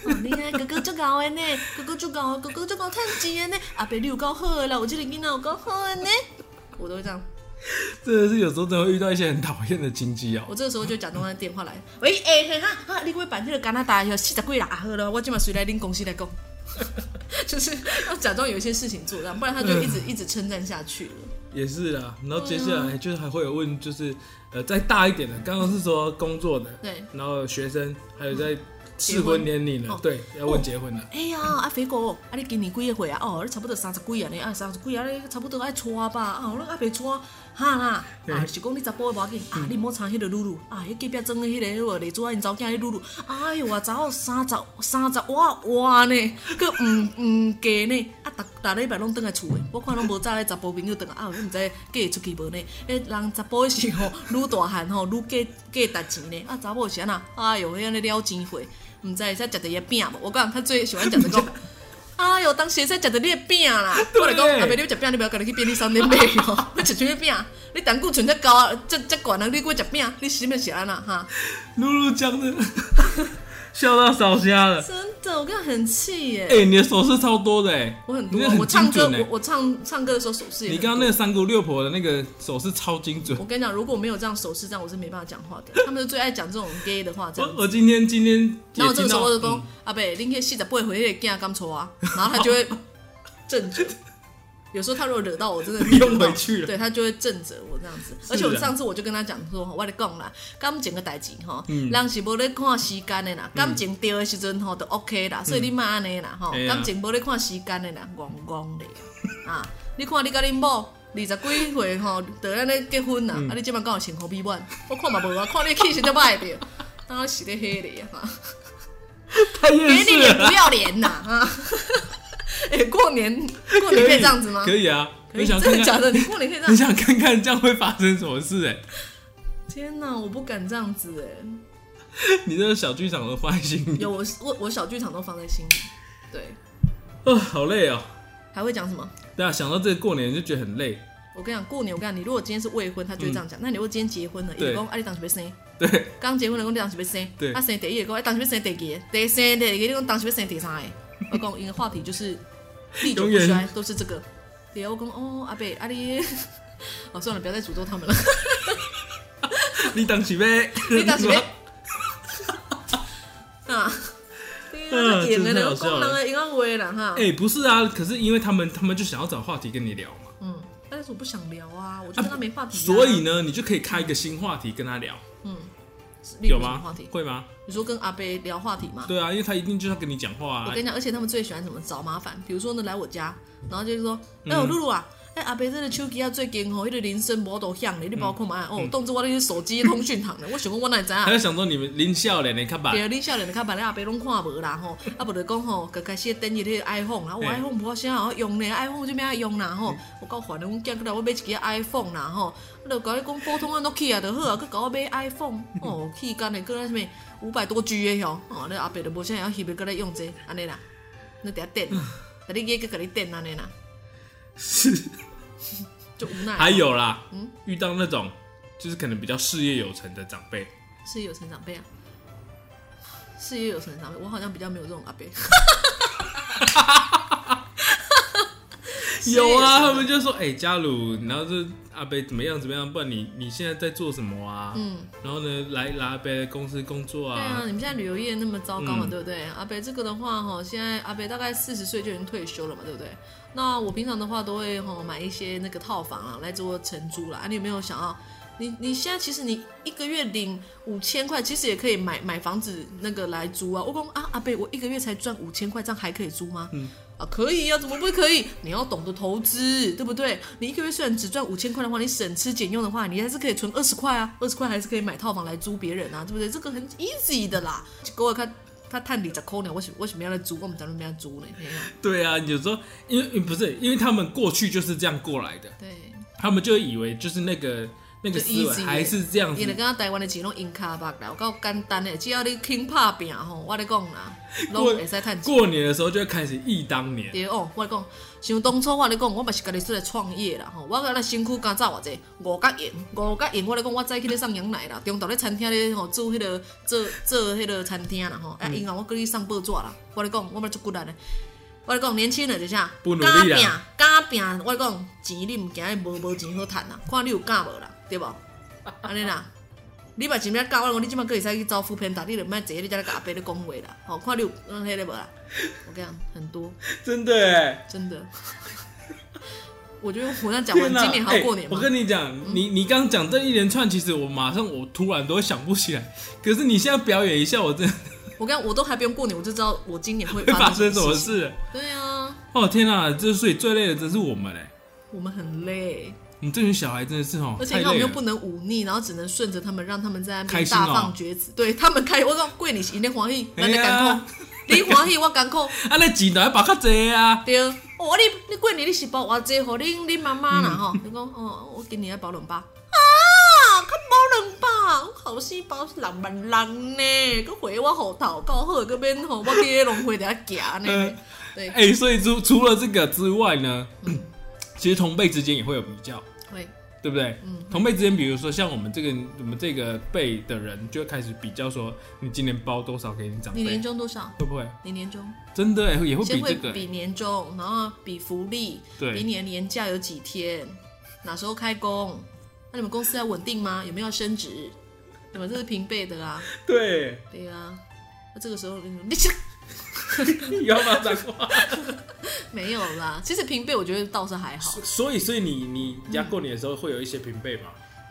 [SPEAKER 2] 哦，你看哥哥就搞的呢，哥哥就搞，哥哥就搞趁钱的呢，阿伯你有够好的啦，我这个囡仔有够好的呢，我都会这样，
[SPEAKER 1] 真的是有时候真的会遇到一些很讨厌的亲戚哦、
[SPEAKER 2] 我这个时候就假装他电话来，喂，哎、欸，哈、啊，你给我办这个加拿大要四十几啦，啊好了，我今晚谁来恁公司来讲， 就是要假装有一些事情做，这样，不然他就一直、一直称赞下去了。
[SPEAKER 1] 也是啦，然后接下
[SPEAKER 2] 嗯
[SPEAKER 1] 来就是还会有问，就是呃再大一点的，刚刚是说工作的，
[SPEAKER 2] 对，
[SPEAKER 1] 然后学生，还有在适婚年龄
[SPEAKER 2] 婚
[SPEAKER 1] 了
[SPEAKER 2] 哦，
[SPEAKER 1] 对，要问结婚了，
[SPEAKER 2] 哎呀，啊肥哥，啊你今年几岁啊？哦，你差不多三十几啊呢，啊三十几啊，你差不多爱娶吧？啊，我还袂娶，哈啦，啊是讲你查甫的无要紧，啊你莫掺迄个露露，啊迄隔壁庄的迄个迄个丽珠啊因查某囝迄露露，哎哟啊，查某三十三十哇哇呢，佮毋毋嫁呢，啊逐逐礼拜拢倒来厝的，我看拢无早迄查甫朋友倒来，啊我毋知嫁会出去无呢？迄人查甫的时候 愈大汉吼愈嫁嫁值钱呢，啊查某是安那，哎哟迄安尼了钱货。唔知会使食到伊的饼无？我讲他最喜 欢讲的讲，哎哟，当时会使食到你的饼啦。
[SPEAKER 1] 对
[SPEAKER 2] 我来讲，阿伯你要食饼，你不要跟你去便利商店买 哦。我食什么饼？你胆固醇遮高啊，遮遮悬啊，你给我食饼，你是不是安啦啊哈？
[SPEAKER 1] 露露讲的 笑到烧瞎了，
[SPEAKER 2] 真的，我跟你很气耶、
[SPEAKER 1] 哎、你的手势超多的哎、
[SPEAKER 2] 我很
[SPEAKER 1] 你
[SPEAKER 2] 多
[SPEAKER 1] 那，很
[SPEAKER 2] 我唱
[SPEAKER 1] 精
[SPEAKER 2] 歌，
[SPEAKER 1] 准哎、
[SPEAKER 2] 我我唱唱歌的时候手势也
[SPEAKER 1] 你
[SPEAKER 2] 很多。
[SPEAKER 1] 刚刚那个三姑六婆的那个手势超精准
[SPEAKER 2] 我。跟你讲，如果没有这样手势，这样我是没办法讲话的。他们就最爱讲这种 gay 的话，这
[SPEAKER 1] 我
[SPEAKER 2] 样。
[SPEAKER 1] 我今天今天也
[SPEAKER 2] 然后
[SPEAKER 1] 听
[SPEAKER 2] 这个时候
[SPEAKER 1] 到嗯
[SPEAKER 2] 我，就讲，阿伯，恁迄四十八岁迄个囝敢错啊？然后他就会 正着。有时候他如果惹到我，真的
[SPEAKER 1] 不用回去了
[SPEAKER 2] 对他就会正着我这样子。
[SPEAKER 1] 是啊
[SPEAKER 2] 而且我上次我就跟他讲说，我咧讲啦，感情的代志吼，
[SPEAKER 1] 嗯
[SPEAKER 2] 人是无咧看时间的啦，感情对的时阵吼就 OK 啦，所以你莫安尼啦吼，
[SPEAKER 1] 嗯哎呀
[SPEAKER 2] 感情无咧看时间的啦，戆戆 的啊！你看你甲恁某。二十几岁吼，就安尼结婚啦，
[SPEAKER 1] 嗯
[SPEAKER 2] 啊！你即摆敢有幸福美满？我看嘛无啊，看你气势就歹着，当然是咧啊黑咧哈。
[SPEAKER 1] 太厌
[SPEAKER 2] 给你
[SPEAKER 1] 世
[SPEAKER 2] 脸
[SPEAKER 1] 了
[SPEAKER 2] 不。要脸 呐！啊，哎、过年过
[SPEAKER 1] 可
[SPEAKER 2] 年可以这样子吗？
[SPEAKER 1] 可以啊，
[SPEAKER 2] 可
[SPEAKER 1] 你
[SPEAKER 2] 以
[SPEAKER 1] 想
[SPEAKER 2] 真
[SPEAKER 1] 看
[SPEAKER 2] 的假
[SPEAKER 1] 看，
[SPEAKER 2] 的？你过年可以这
[SPEAKER 1] 你
[SPEAKER 2] 样？
[SPEAKER 1] 想看看这样会发生什么事哎、
[SPEAKER 2] 天哪，我不敢这样子哎！
[SPEAKER 1] 你这个小剧场的花心，
[SPEAKER 2] 有我我我小剧场都放在心里，对，
[SPEAKER 1] 哦，好累哦。
[SPEAKER 2] 还会讲什么？
[SPEAKER 1] 对啊，想到这个过年就觉得很累。
[SPEAKER 2] 我跟你讲，过年我跟你讲，你如果今天是未婚，他就会这样讲；那你如果今天结婚了，
[SPEAKER 1] 嗯对
[SPEAKER 2] 伊讲啊，你当时要生，
[SPEAKER 1] 对，
[SPEAKER 2] 刚结婚的讲你当时要生，
[SPEAKER 1] 对
[SPEAKER 2] 啊生第一个讲哎，当时要生第二个，第生第二个你讲当时要生第三个。我讲因为话题就是历久不
[SPEAKER 1] 永
[SPEAKER 2] 衰
[SPEAKER 1] 远，
[SPEAKER 2] 都是这个。对啊，我讲哦，阿伯阿你， 哦算了，不要再诅咒他们了。
[SPEAKER 1] 你当起呗，
[SPEAKER 2] 你当时要 啊， 对啊，演的人讲人的一个话啦哈。
[SPEAKER 1] 哎、不是啊，可是因为他们他们就想要找话题跟你聊嘛，
[SPEAKER 2] 嗯，但是我不想聊啊，我就跟他没话题啊。
[SPEAKER 1] 所以呢，你就可以开一个新话题跟他聊，
[SPEAKER 2] 例如
[SPEAKER 1] 有
[SPEAKER 2] 什么
[SPEAKER 1] 吗？
[SPEAKER 2] 话题？
[SPEAKER 1] 会吗？
[SPEAKER 2] 你说跟阿贝聊话题嘛？
[SPEAKER 1] 对啊，因为他一定就是要跟你讲话
[SPEAKER 2] 我
[SPEAKER 1] 啊
[SPEAKER 2] 跟。你讲，而且他们最喜欢怎么找麻烦，比如说呢来我家，然后就是说，哎呦露露啊。哎、阿伯，这个手机啊，最近吼，迄、个铃声无多响咧，你帮我看嘛、哦，当作我咧手机通讯行咧，我想讲我哪会知啊
[SPEAKER 1] 他？就想说你们林笑脸，你看吧
[SPEAKER 2] 对，啊，你少年的较慢，你阿伯拢看无 啦吼，啊无就讲吼，刚开始等伊迄个 iPhone 啦，我
[SPEAKER 1] 嘿嗯
[SPEAKER 2] iPhone 无啥好用咧，iPhone 做咩啊用啦吼，我够烦的，阮囝过来我买一支 iPhone 啦吼，啊就甲你讲普通的 Nokia 就好啊，佮甲我买 iPhone，哦，去干的，佮那什物五百多 G 的吼，哦，你阿伯就无啥会晓翕的，佮咧用这安尼啦，你伫遐 等，甲你个佮你等安尼啦，
[SPEAKER 1] 是。
[SPEAKER 2] 就无奈。啊
[SPEAKER 1] 还有啦，
[SPEAKER 2] 嗯
[SPEAKER 1] 遇到那种就是可能比较事业有成的长辈，
[SPEAKER 2] 是有成长辈啊，事业有成长辈，我好像比较没有这种阿伯。
[SPEAKER 1] 啊有啊，
[SPEAKER 2] 事业
[SPEAKER 1] 他们就说，哎、嘉鲁，然后这阿贝怎么样怎么样？不然你你现在在做什么啊？嗯，然后呢，来来阿贝公司工作
[SPEAKER 2] 对啊，
[SPEAKER 1] 啊，
[SPEAKER 2] 你们现在旅游业那么糟糕嘛，
[SPEAKER 1] 嗯
[SPEAKER 2] 对不对？阿北这个的话，哈，现在阿北大概四十岁就已经退休了嘛，对不对？那我平常的话都会哈买一些那个套房啊来做承租啦。啊，你有没有想要？你你现在其实你一个月领五千块，其实也可以买买房子那个来租啊。我讲啊，阿北，我一个月才赚五千块，这样还可以租吗？嗯。啊，可以呀、怎么不可以？你要懂得投资，对不对？你一个月虽然只赚五千块的话，你省吃俭用的话，你还是可以存二十块啊，二十块还是可以买套房来租别人啊，对不对？这个很 easy 的啦。结果看他探底在抠呢，为什为什么要来租？我们在那边要租呢？没有
[SPEAKER 1] 对啊，有时候因为不是因为他们过去就是这样过来的，
[SPEAKER 2] 对，
[SPEAKER 1] 他们就以为就是那个那个
[SPEAKER 2] 就
[SPEAKER 1] 思维
[SPEAKER 2] easy
[SPEAKER 1] 还是这样
[SPEAKER 2] 伊就
[SPEAKER 1] 子，
[SPEAKER 2] 跟他台湾的钱拢用卡巴啦，有够简单的，只要你肯打拼吼，我咧讲啦，拢
[SPEAKER 1] 过
[SPEAKER 2] 会使趁钱。
[SPEAKER 1] 过年的时候就会开始忆当年。
[SPEAKER 2] 对哦，我跟你讲，像当初我咧讲，我嘛是家己出来创业啦吼，我个咧辛苦干走偌济，五角银，五角银，我咧讲，我早起咧送羊奶啦，中昼咧餐厅咧吼做迄、个做做迄个餐厅啦吼，
[SPEAKER 1] 嗯
[SPEAKER 2] 啊，因为我过去送报纸啦，我咧讲，我嘛足骨力咧。我咧讲，年轻人就是啥，
[SPEAKER 1] 不努力
[SPEAKER 2] 拼
[SPEAKER 1] 啊，
[SPEAKER 2] 敢拼！我咧讲，钱你毋惊，无无钱好趁啦，看你有敢无啦，对无？安尼啦，你嘛真要教我讲，你即摆可会使去招呼偏打，你就莫坐，你才咧甲阿伯咧讲话啦，吼，看你有嗯迄个无啦？我跟你讲，很多。
[SPEAKER 1] 真的哎，
[SPEAKER 2] 真的。 我觉得我这样讲完，
[SPEAKER 1] 天哪！
[SPEAKER 2] 今年还要过年
[SPEAKER 1] 哎
[SPEAKER 2] 吗？嗯
[SPEAKER 1] 我跟你讲，你你刚讲这一连串，其实我马上我突然都会想不起来。可是你现在表演一下，我真的
[SPEAKER 2] 我跟你讲我都还不用过年，我就知道我今年会
[SPEAKER 1] 会发生
[SPEAKER 2] 生
[SPEAKER 1] 什么
[SPEAKER 2] 事情。
[SPEAKER 1] 事了？
[SPEAKER 2] 对啊，
[SPEAKER 1] 哦天哪！这所以最累的真是我们嘞，
[SPEAKER 2] 我们很累，
[SPEAKER 1] 我们这群小孩真的是哦，
[SPEAKER 2] 而且
[SPEAKER 1] 太
[SPEAKER 2] 你看我
[SPEAKER 1] 累
[SPEAKER 2] 们又
[SPEAKER 1] 了
[SPEAKER 2] 不。能忤逆，然后只能顺着他们，让他们在那
[SPEAKER 1] 开
[SPEAKER 2] 边
[SPEAKER 1] 心哦
[SPEAKER 2] 大放厥词。对他们开，我讲贵你是一定欢喜，
[SPEAKER 1] 哎
[SPEAKER 2] 咱你
[SPEAKER 1] 呀
[SPEAKER 2] 艰苦，你欢喜我艰苦。
[SPEAKER 1] 啊，那钱哪把卡济啊？
[SPEAKER 2] 对，哦，你你过年你是包偌济，互恁恁妈妈
[SPEAKER 1] 嗯
[SPEAKER 2] 啦吼，你讲哦，我今年要包两百。啊，较包两百，我后生包是六万人呢，佮回我户头够好，佮免吼我去迄龙会底下 行呢
[SPEAKER 1] 嗯。
[SPEAKER 2] 对，
[SPEAKER 1] 哎、所以除除了这个之外呢， 其实同辈之间也会有比较。
[SPEAKER 2] 会
[SPEAKER 1] 对不对？
[SPEAKER 2] 嗯
[SPEAKER 1] 同辈之间，比如说像我们这个我们这个辈的人，就会开始比较说，你今年包多少给你长
[SPEAKER 2] 你
[SPEAKER 1] 辈
[SPEAKER 2] 年，终多少？
[SPEAKER 1] 会不会？
[SPEAKER 2] 你年终
[SPEAKER 1] 真的欸也会
[SPEAKER 2] 先
[SPEAKER 1] 比
[SPEAKER 2] 会
[SPEAKER 1] 这个欸
[SPEAKER 2] 比年终，然后比福利，
[SPEAKER 1] 对
[SPEAKER 2] 比你的年假有几天，哪时候开工？那你们公司要稳定吗？有没有要升职？你们这是平辈的啊，
[SPEAKER 1] 对，
[SPEAKER 2] 对啊。那这个时候你你这
[SPEAKER 1] 你要骂脏话。
[SPEAKER 2] 没有啦，其实平辈我觉得倒是还好。
[SPEAKER 1] 所以，所以你你家过年的时候会有一些平辈嘛？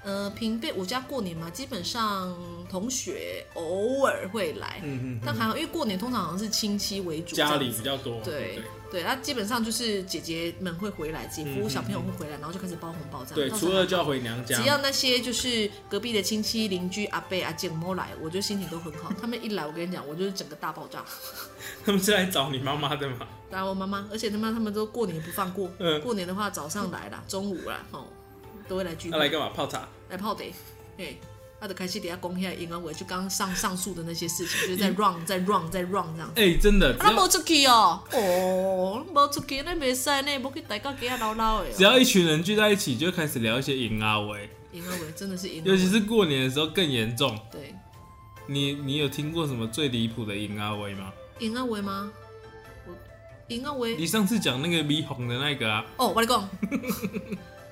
[SPEAKER 2] 呃，平辈我家过年嘛，基本上同学偶尔会来，
[SPEAKER 1] 嗯嗯，
[SPEAKER 2] 但还好，因为过年通常好像是亲戚为主，
[SPEAKER 1] 家里比
[SPEAKER 2] 这样子
[SPEAKER 1] 较多，对
[SPEAKER 2] 对嗯
[SPEAKER 1] 不
[SPEAKER 2] 对，那基本上就是姐姐们会回来，姐
[SPEAKER 1] 嗯嗯
[SPEAKER 2] 夫小朋友会回来，然后就开始包红包这样。
[SPEAKER 1] 对，
[SPEAKER 2] 到
[SPEAKER 1] 对，
[SPEAKER 2] 时候
[SPEAKER 1] 初二就要回娘家
[SPEAKER 2] 只。要那些就是隔壁的亲戚、邻居、阿伯、阿舅、摸来，我就心情都很 好。他们一来，我跟你讲，我就是整个大爆炸。
[SPEAKER 1] 他们是来找你妈妈的嘛？
[SPEAKER 2] 来，我妈妈，而且他们他们都过年不放过，
[SPEAKER 1] 嗯
[SPEAKER 2] 过年的话早上来啦，中午啦，哦，都会来聚
[SPEAKER 1] 那
[SPEAKER 2] 会。
[SPEAKER 1] 来干嘛？泡茶？
[SPEAKER 2] 来泡茶，嘿，啊，就开始底下讲遐因为我就刚上上述的那些 事情，就是在 run 在 run 在 run 这样。
[SPEAKER 1] 哎，真的，嗯只
[SPEAKER 2] 啊，咱
[SPEAKER 1] 要
[SPEAKER 2] 无出去哦，哦，咱无出去，咱袂使呢，无去大家家老老的
[SPEAKER 1] 只
[SPEAKER 2] 哦。
[SPEAKER 1] 要一群人聚在一起，就会开始聊一些淫啊喂，
[SPEAKER 2] 因为我真的是因
[SPEAKER 1] 尤
[SPEAKER 2] 为
[SPEAKER 1] 其是过年的时候更严重。
[SPEAKER 2] 对，
[SPEAKER 1] 你你有听过什么最离谱的淫啊喂吗？
[SPEAKER 2] 因啊为吗？我因啊为
[SPEAKER 1] 你上次讲那个霓虹的那个啊，
[SPEAKER 2] 哦，我跟你讲，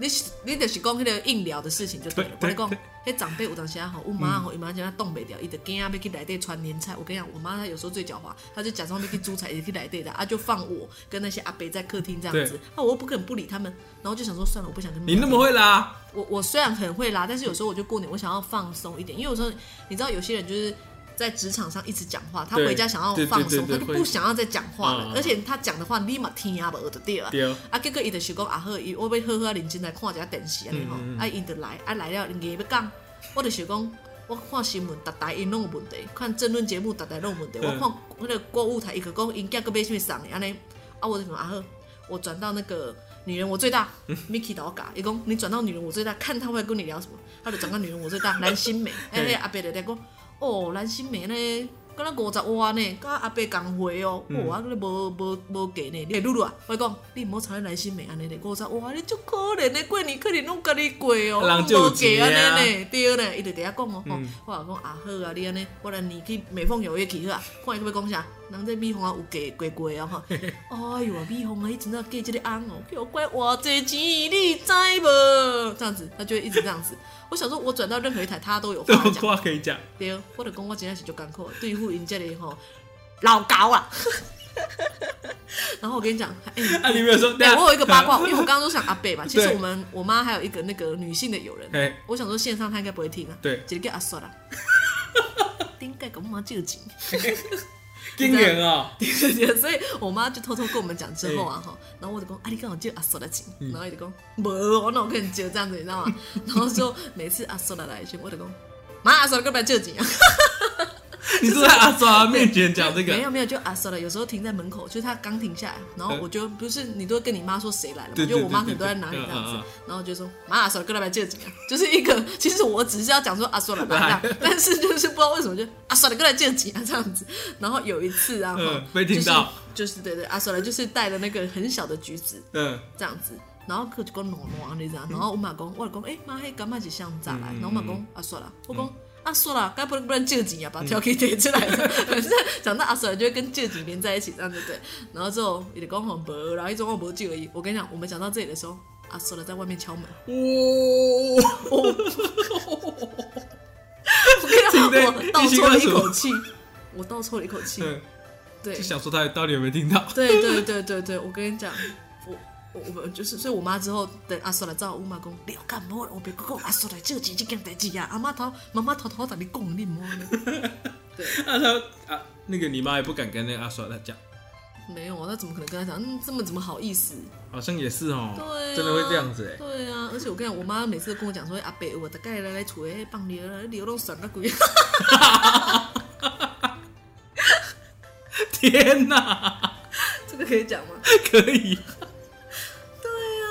[SPEAKER 2] 你是你就是讲迄个硬聊的事情就对了。我
[SPEAKER 1] 对嗯
[SPEAKER 2] 跟你讲，迄长辈有当时啊吼，我妈吼，伊妈讲冻袂掉，伊就惊要去内底传年菜。我跟你讲，我妈她有时候最狡猾，她就假装要去煮菜，也去内底的，啊就放我跟那些阿伯在客厅这样子
[SPEAKER 1] 对。
[SPEAKER 2] 那我又不肯不理他们，然后就想说算了，我不想跟他们
[SPEAKER 1] 你那么会拉，
[SPEAKER 2] 我我虽然很会拉，但是有时候我就过年，我想要放松一点，因为有时候你知道有些人就是在职场上一直讲话，他
[SPEAKER 1] 对
[SPEAKER 2] 回家想要
[SPEAKER 1] 对对
[SPEAKER 2] 放松，
[SPEAKER 1] 对
[SPEAKER 2] 他
[SPEAKER 1] 对
[SPEAKER 2] 就
[SPEAKER 1] 会
[SPEAKER 2] 不想要再讲话了
[SPEAKER 1] 嗯，
[SPEAKER 2] 而且他讲的话立马听啊不耳就对了。
[SPEAKER 1] 对，
[SPEAKER 2] 啊，结果伊就是讲啊好，伊我要好好啊认真来看一下电视安尼吼，啊伊就来，啊来了硬要讲，我就是讲，我看新闻，逐台因拢有问题，看政论节目，逐台拢有问题，我
[SPEAKER 1] 嗯
[SPEAKER 2] 看迄个购物台伊个讲因囝个买啥物送的安尼，啊我就讲啊好，我转到那个。女人我最大，Miki 倒嘎，伊讲你转到女人我最大，看他会跟你聊什么，他就转到女人我最大，蓝心湄，哎、那个阿伯就在讲，哦，蓝心湄呢，敢若五十万呢，甲阿伯共回哦，
[SPEAKER 1] 嗯
[SPEAKER 2] 哇，啊，你无无无给呢，你露露啊，我讲你毋好藏在内心袂安尼呢，五十万你足可怜的，过年可能拢家己过哦，
[SPEAKER 1] 人
[SPEAKER 2] 拢
[SPEAKER 1] 就有
[SPEAKER 2] 无给
[SPEAKER 1] 钱啊嗯
[SPEAKER 2] 安尼呢，对呢，伊就伫遐讲哦，吼，我讲啊好啊，你安尼，我来你去美凤有约去好啊，看伊要讲啥，人这美凤啊有给过过 啊吼，哎哟，美凤啊，伊真正嫁即个翁哦，叫我怪偌济钱，你知无？这样子，他就会一直这样子。我想说，我转到任何一台，他都有
[SPEAKER 1] 这
[SPEAKER 2] 话
[SPEAKER 1] 种
[SPEAKER 2] 讲。
[SPEAKER 1] 话可以讲。
[SPEAKER 2] 对，我就讲我真正是足艰苦，对付因这里吼老高啊。然后我跟你讲，哎、
[SPEAKER 1] 啊，你没有说，
[SPEAKER 2] 对，我有一个八卦，因为我
[SPEAKER 1] 我，
[SPEAKER 2] 刚刚都想阿伯嘛，其实
[SPEAKER 1] 对
[SPEAKER 2] 我们我妈还有一个那个女性的友人，
[SPEAKER 1] 哎，
[SPEAKER 2] 我想说线上她应该不会听啊，
[SPEAKER 1] 对，
[SPEAKER 2] 一个叫阿 叔啦，顶盖给我妈借钱，
[SPEAKER 1] 金元啊，
[SPEAKER 2] 所以我妈就偷偷跟我们讲之后啊哈，然后我就讲，啊，你刚好借阿叔的钱，
[SPEAKER 1] 嗯
[SPEAKER 2] 然后他就讲，没有，我哪有跟你借这样子，你知道吗？ 然后就每次阿叔的来一句，我就讲，妈阿叔跟不要借钱啊。
[SPEAKER 1] 你是在阿抓面前讲这
[SPEAKER 2] 没
[SPEAKER 1] 个，
[SPEAKER 2] 有没有，就啊算了，有时候停在门口，就是他刚停下来，然后
[SPEAKER 1] 嗯
[SPEAKER 2] 我就不是你都跟你妈说谁来了嘛，
[SPEAKER 1] 对对
[SPEAKER 2] 就我妈可
[SPEAKER 1] 对
[SPEAKER 2] 能都在
[SPEAKER 1] 对
[SPEAKER 2] 哪里
[SPEAKER 1] 嗯
[SPEAKER 2] 这样
[SPEAKER 1] 嗯
[SPEAKER 2] 子
[SPEAKER 1] 嗯，
[SPEAKER 2] 然后就说妈啊算了，跟老板借景啊，就是一个其实我只是要讲说啊算 了吧，这样但是就是不知道为什么就啊算了，跟来借景啊这样子，然后有一次啊，
[SPEAKER 1] 嗯
[SPEAKER 2] 哈
[SPEAKER 1] 被听到
[SPEAKER 2] 就是就是对对啊算了，就是带了那个很小的橘子
[SPEAKER 1] 嗯，
[SPEAKER 2] 这样子。然后佢就讲暖暖你知道，然后我妈讲，我就讲，哎、妈，迄干嘛是像咋来？然后我妈讲，啊算了，我讲。啊，说了，该不不然借景呀，把条给贴出来的。反正讲到阿索就会跟借景连在一起，这样对不对？然后之后也得讲红博，然后一直讲博借而哦已。我跟你讲，我们讲到这里的时候，阿索了在外面敲门。
[SPEAKER 1] 哇，
[SPEAKER 2] 我我跟你讲，我倒抽了一口气，我倒抽了一口气。
[SPEAKER 1] 嗯，
[SPEAKER 2] 对
[SPEAKER 1] 就，想说他到底有没有听 到？啊
[SPEAKER 2] 对对对对对，我跟你讲，我我我们就是，所以我妈之后等阿叔来找我妈讲，你要干嘛？我别讲阿叔来这几这件代志呀，阿妈头妈妈偷偷在你讲 你妈呢？
[SPEAKER 1] 啊，他啊，那个你妈也不敢跟那个阿耍他讲，
[SPEAKER 2] 没有啊，那怎么可能跟他讲？嗯，这么怎么好意思？
[SPEAKER 1] 好像也是哦
[SPEAKER 2] 对、啊，，
[SPEAKER 1] 真的会这样子哎，
[SPEAKER 2] 对啊，而且我跟你讲，我妈每次都跟我讲说，阿伯，我大概来哎来厝诶，放尿了，尿都爽个啊鬼。
[SPEAKER 1] 天哪，
[SPEAKER 2] 这个可以讲吗？
[SPEAKER 1] 可以，
[SPEAKER 2] 对啊，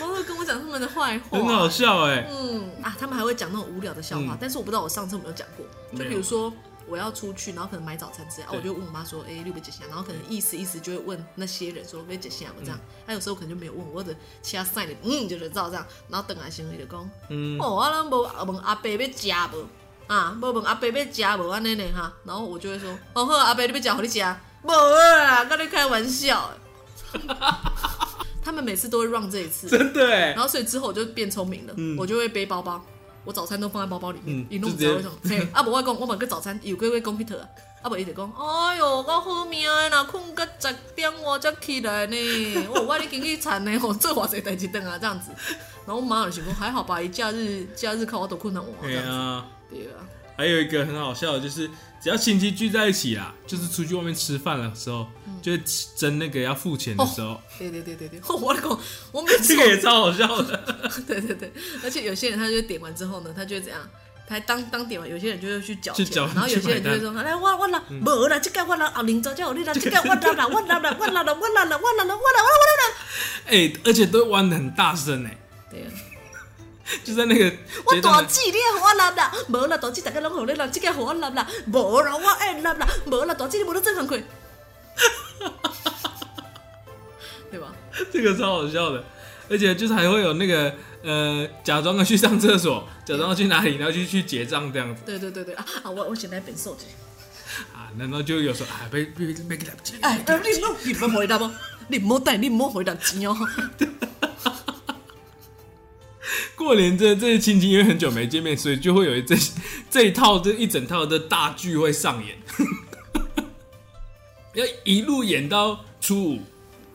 [SPEAKER 2] 我妈会跟我讲他们的坏话，
[SPEAKER 1] 很好笑哎，
[SPEAKER 2] 嗯啊，他们还会讲那种无聊的笑话，
[SPEAKER 1] 嗯
[SPEAKER 2] 但是我不知道我上次有没有讲过。就比
[SPEAKER 1] 没有
[SPEAKER 2] 如说我要出去，然后可能买早餐之类，啊，
[SPEAKER 1] 对
[SPEAKER 2] 我就问我妈说：“哎、六杯解心啊？”然后可能意思意思就会问那些人说：“六杯解心啊？”这样。
[SPEAKER 1] 嗯
[SPEAKER 2] 他、有时候可能就没有问，或者其他赛的嗯就是照这样，然后等来行李就讲：“
[SPEAKER 1] 嗯
[SPEAKER 2] 哦，我咱无问阿伯要食无啊？无问阿伯要食无安啊尼呢哈？”然后我就会说：“哦好啊，阿伯你要食，互你食。”无啊，跟你开 玩笑。他们每次都会让这一次，
[SPEAKER 1] 真的哎
[SPEAKER 2] 然，后所以之后我就变聪明了，我就会背包包，我早餐都放在包包里面
[SPEAKER 1] 嗯，
[SPEAKER 2] 一弄
[SPEAKER 1] 就
[SPEAKER 2] 知
[SPEAKER 1] 直
[SPEAKER 2] 道
[SPEAKER 1] 接
[SPEAKER 2] 为什么。嘿，啊无我讲，我问个早餐有个位 computer，啊啊无伊就讲，哎哟，我好命的啦，困到十点我才起来呢，哦我我已经去惨呢，我做偌济代志等啊这样子。然后我妈就想讲，还好吧，伊假日假日靠我都困难我这
[SPEAKER 1] 对
[SPEAKER 2] 样子，
[SPEAKER 1] 啊。
[SPEAKER 2] 对啊，
[SPEAKER 1] 还有一个很好笑的，就是只要亲戚聚在一起啦，就是出去外面吃饭的时候，
[SPEAKER 2] 嗯
[SPEAKER 1] 就会争那个要付钱的时候，
[SPEAKER 2] 对对对对 对，我就讲，我每
[SPEAKER 1] 这
[SPEAKER 2] 次
[SPEAKER 1] 个也超好笑
[SPEAKER 2] 哦
[SPEAKER 1] 的。
[SPEAKER 2] 对对对，而且有些人他就点完之后呢，他就会怎样？他当当点完，有些人就会去缴
[SPEAKER 1] 去
[SPEAKER 2] 钱，
[SPEAKER 1] 缴
[SPEAKER 2] 然后有些人就会说：“来，我我啦，无啦，这个我啦，后领导叫我你啦，这个我啦啦，我啦啦，我啦啦，我啦啦，我啦啦，我啦啦，我啦啦。
[SPEAKER 1] 哎、而且都玩的很大声哎、”
[SPEAKER 2] 对啊，
[SPEAKER 1] 就在那个
[SPEAKER 2] 我
[SPEAKER 1] 结账
[SPEAKER 2] 大
[SPEAKER 1] 的，
[SPEAKER 2] 姊你也我啦啦，无啦大姊大家拢互你啦，这个我啦啦，无啦我爱啦啦，无啦大姊你无咧做工课，对吧？
[SPEAKER 1] 这个超好笑的。而且就是还会有那个呃，假装的去上厕所，假装要去哪里，然后就去结账这样子
[SPEAKER 2] 对对对对啊啊！我我现在变瘦者，
[SPEAKER 1] 啊，然后就有时候啊，被被被给他们钱，
[SPEAKER 2] 哎，你拢你唔回答不？你唔好带，你唔好回答钱哦。
[SPEAKER 1] 过年这这些亲戚因为很久没见面，所以就会有一这 这一套这一整套的大剧会上演， 要一路演到初五，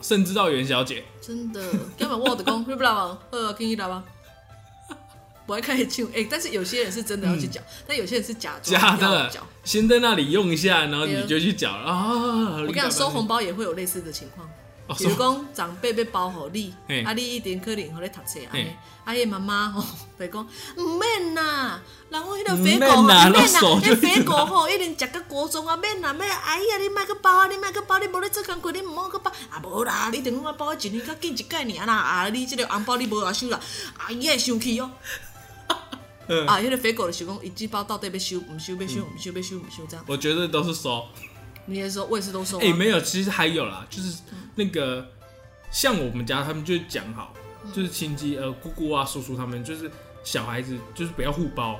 [SPEAKER 1] 甚至到元宵节。
[SPEAKER 2] 真的，根本我的讲，你不知道吗？呃，跟你打 吧。不爱看就哎，但是有些人是真的要去缴，但有些人是假
[SPEAKER 1] 嗯假
[SPEAKER 2] 装哦要
[SPEAKER 1] 的
[SPEAKER 2] 缴。，
[SPEAKER 1] 先在那里用一下，然后
[SPEAKER 2] 对
[SPEAKER 1] 你就去缴了啊。我
[SPEAKER 2] 我跟你讲，收红包也会有类似的情况，
[SPEAKER 1] 哦
[SPEAKER 2] 比如
[SPEAKER 1] 收
[SPEAKER 2] 讲长辈被包好你
[SPEAKER 1] 嘿，
[SPEAKER 2] 啊你一点可能互你读册安尼
[SPEAKER 1] 嘿，
[SPEAKER 2] 啊迄妈妈吼， 就讲毋免啦，人我迄条肥
[SPEAKER 1] 唔
[SPEAKER 2] 狗
[SPEAKER 1] 免
[SPEAKER 2] 吼，唔
[SPEAKER 1] 啦
[SPEAKER 2] 免啦，
[SPEAKER 1] 落手就一
[SPEAKER 2] 迄
[SPEAKER 1] 直
[SPEAKER 2] 肥狗
[SPEAKER 1] 拿
[SPEAKER 2] 吼，一定食到高中啊，免啦免啦，阿姨啊，你莫去包啊，你莫去包，你无咧做工课，你毋好去包，啊无啦，你等我包一年较紧一届尔啦，啊你即个红包你无啊收啦，阿姨会生气哦。
[SPEAKER 1] 嗯
[SPEAKER 2] 啊，迄个肥狗的是讲，伊鸡包到底被修，唔修被修，唔修被修，唔修这样。
[SPEAKER 1] 我觉得都是收。
[SPEAKER 2] 你也说，我也是都收啊
[SPEAKER 1] 哎、。没有，其实还有啦，就是那个像我们家他们就讲好，就是亲戚呃姑姑啊叔叔他们就是小孩子就是不要互包，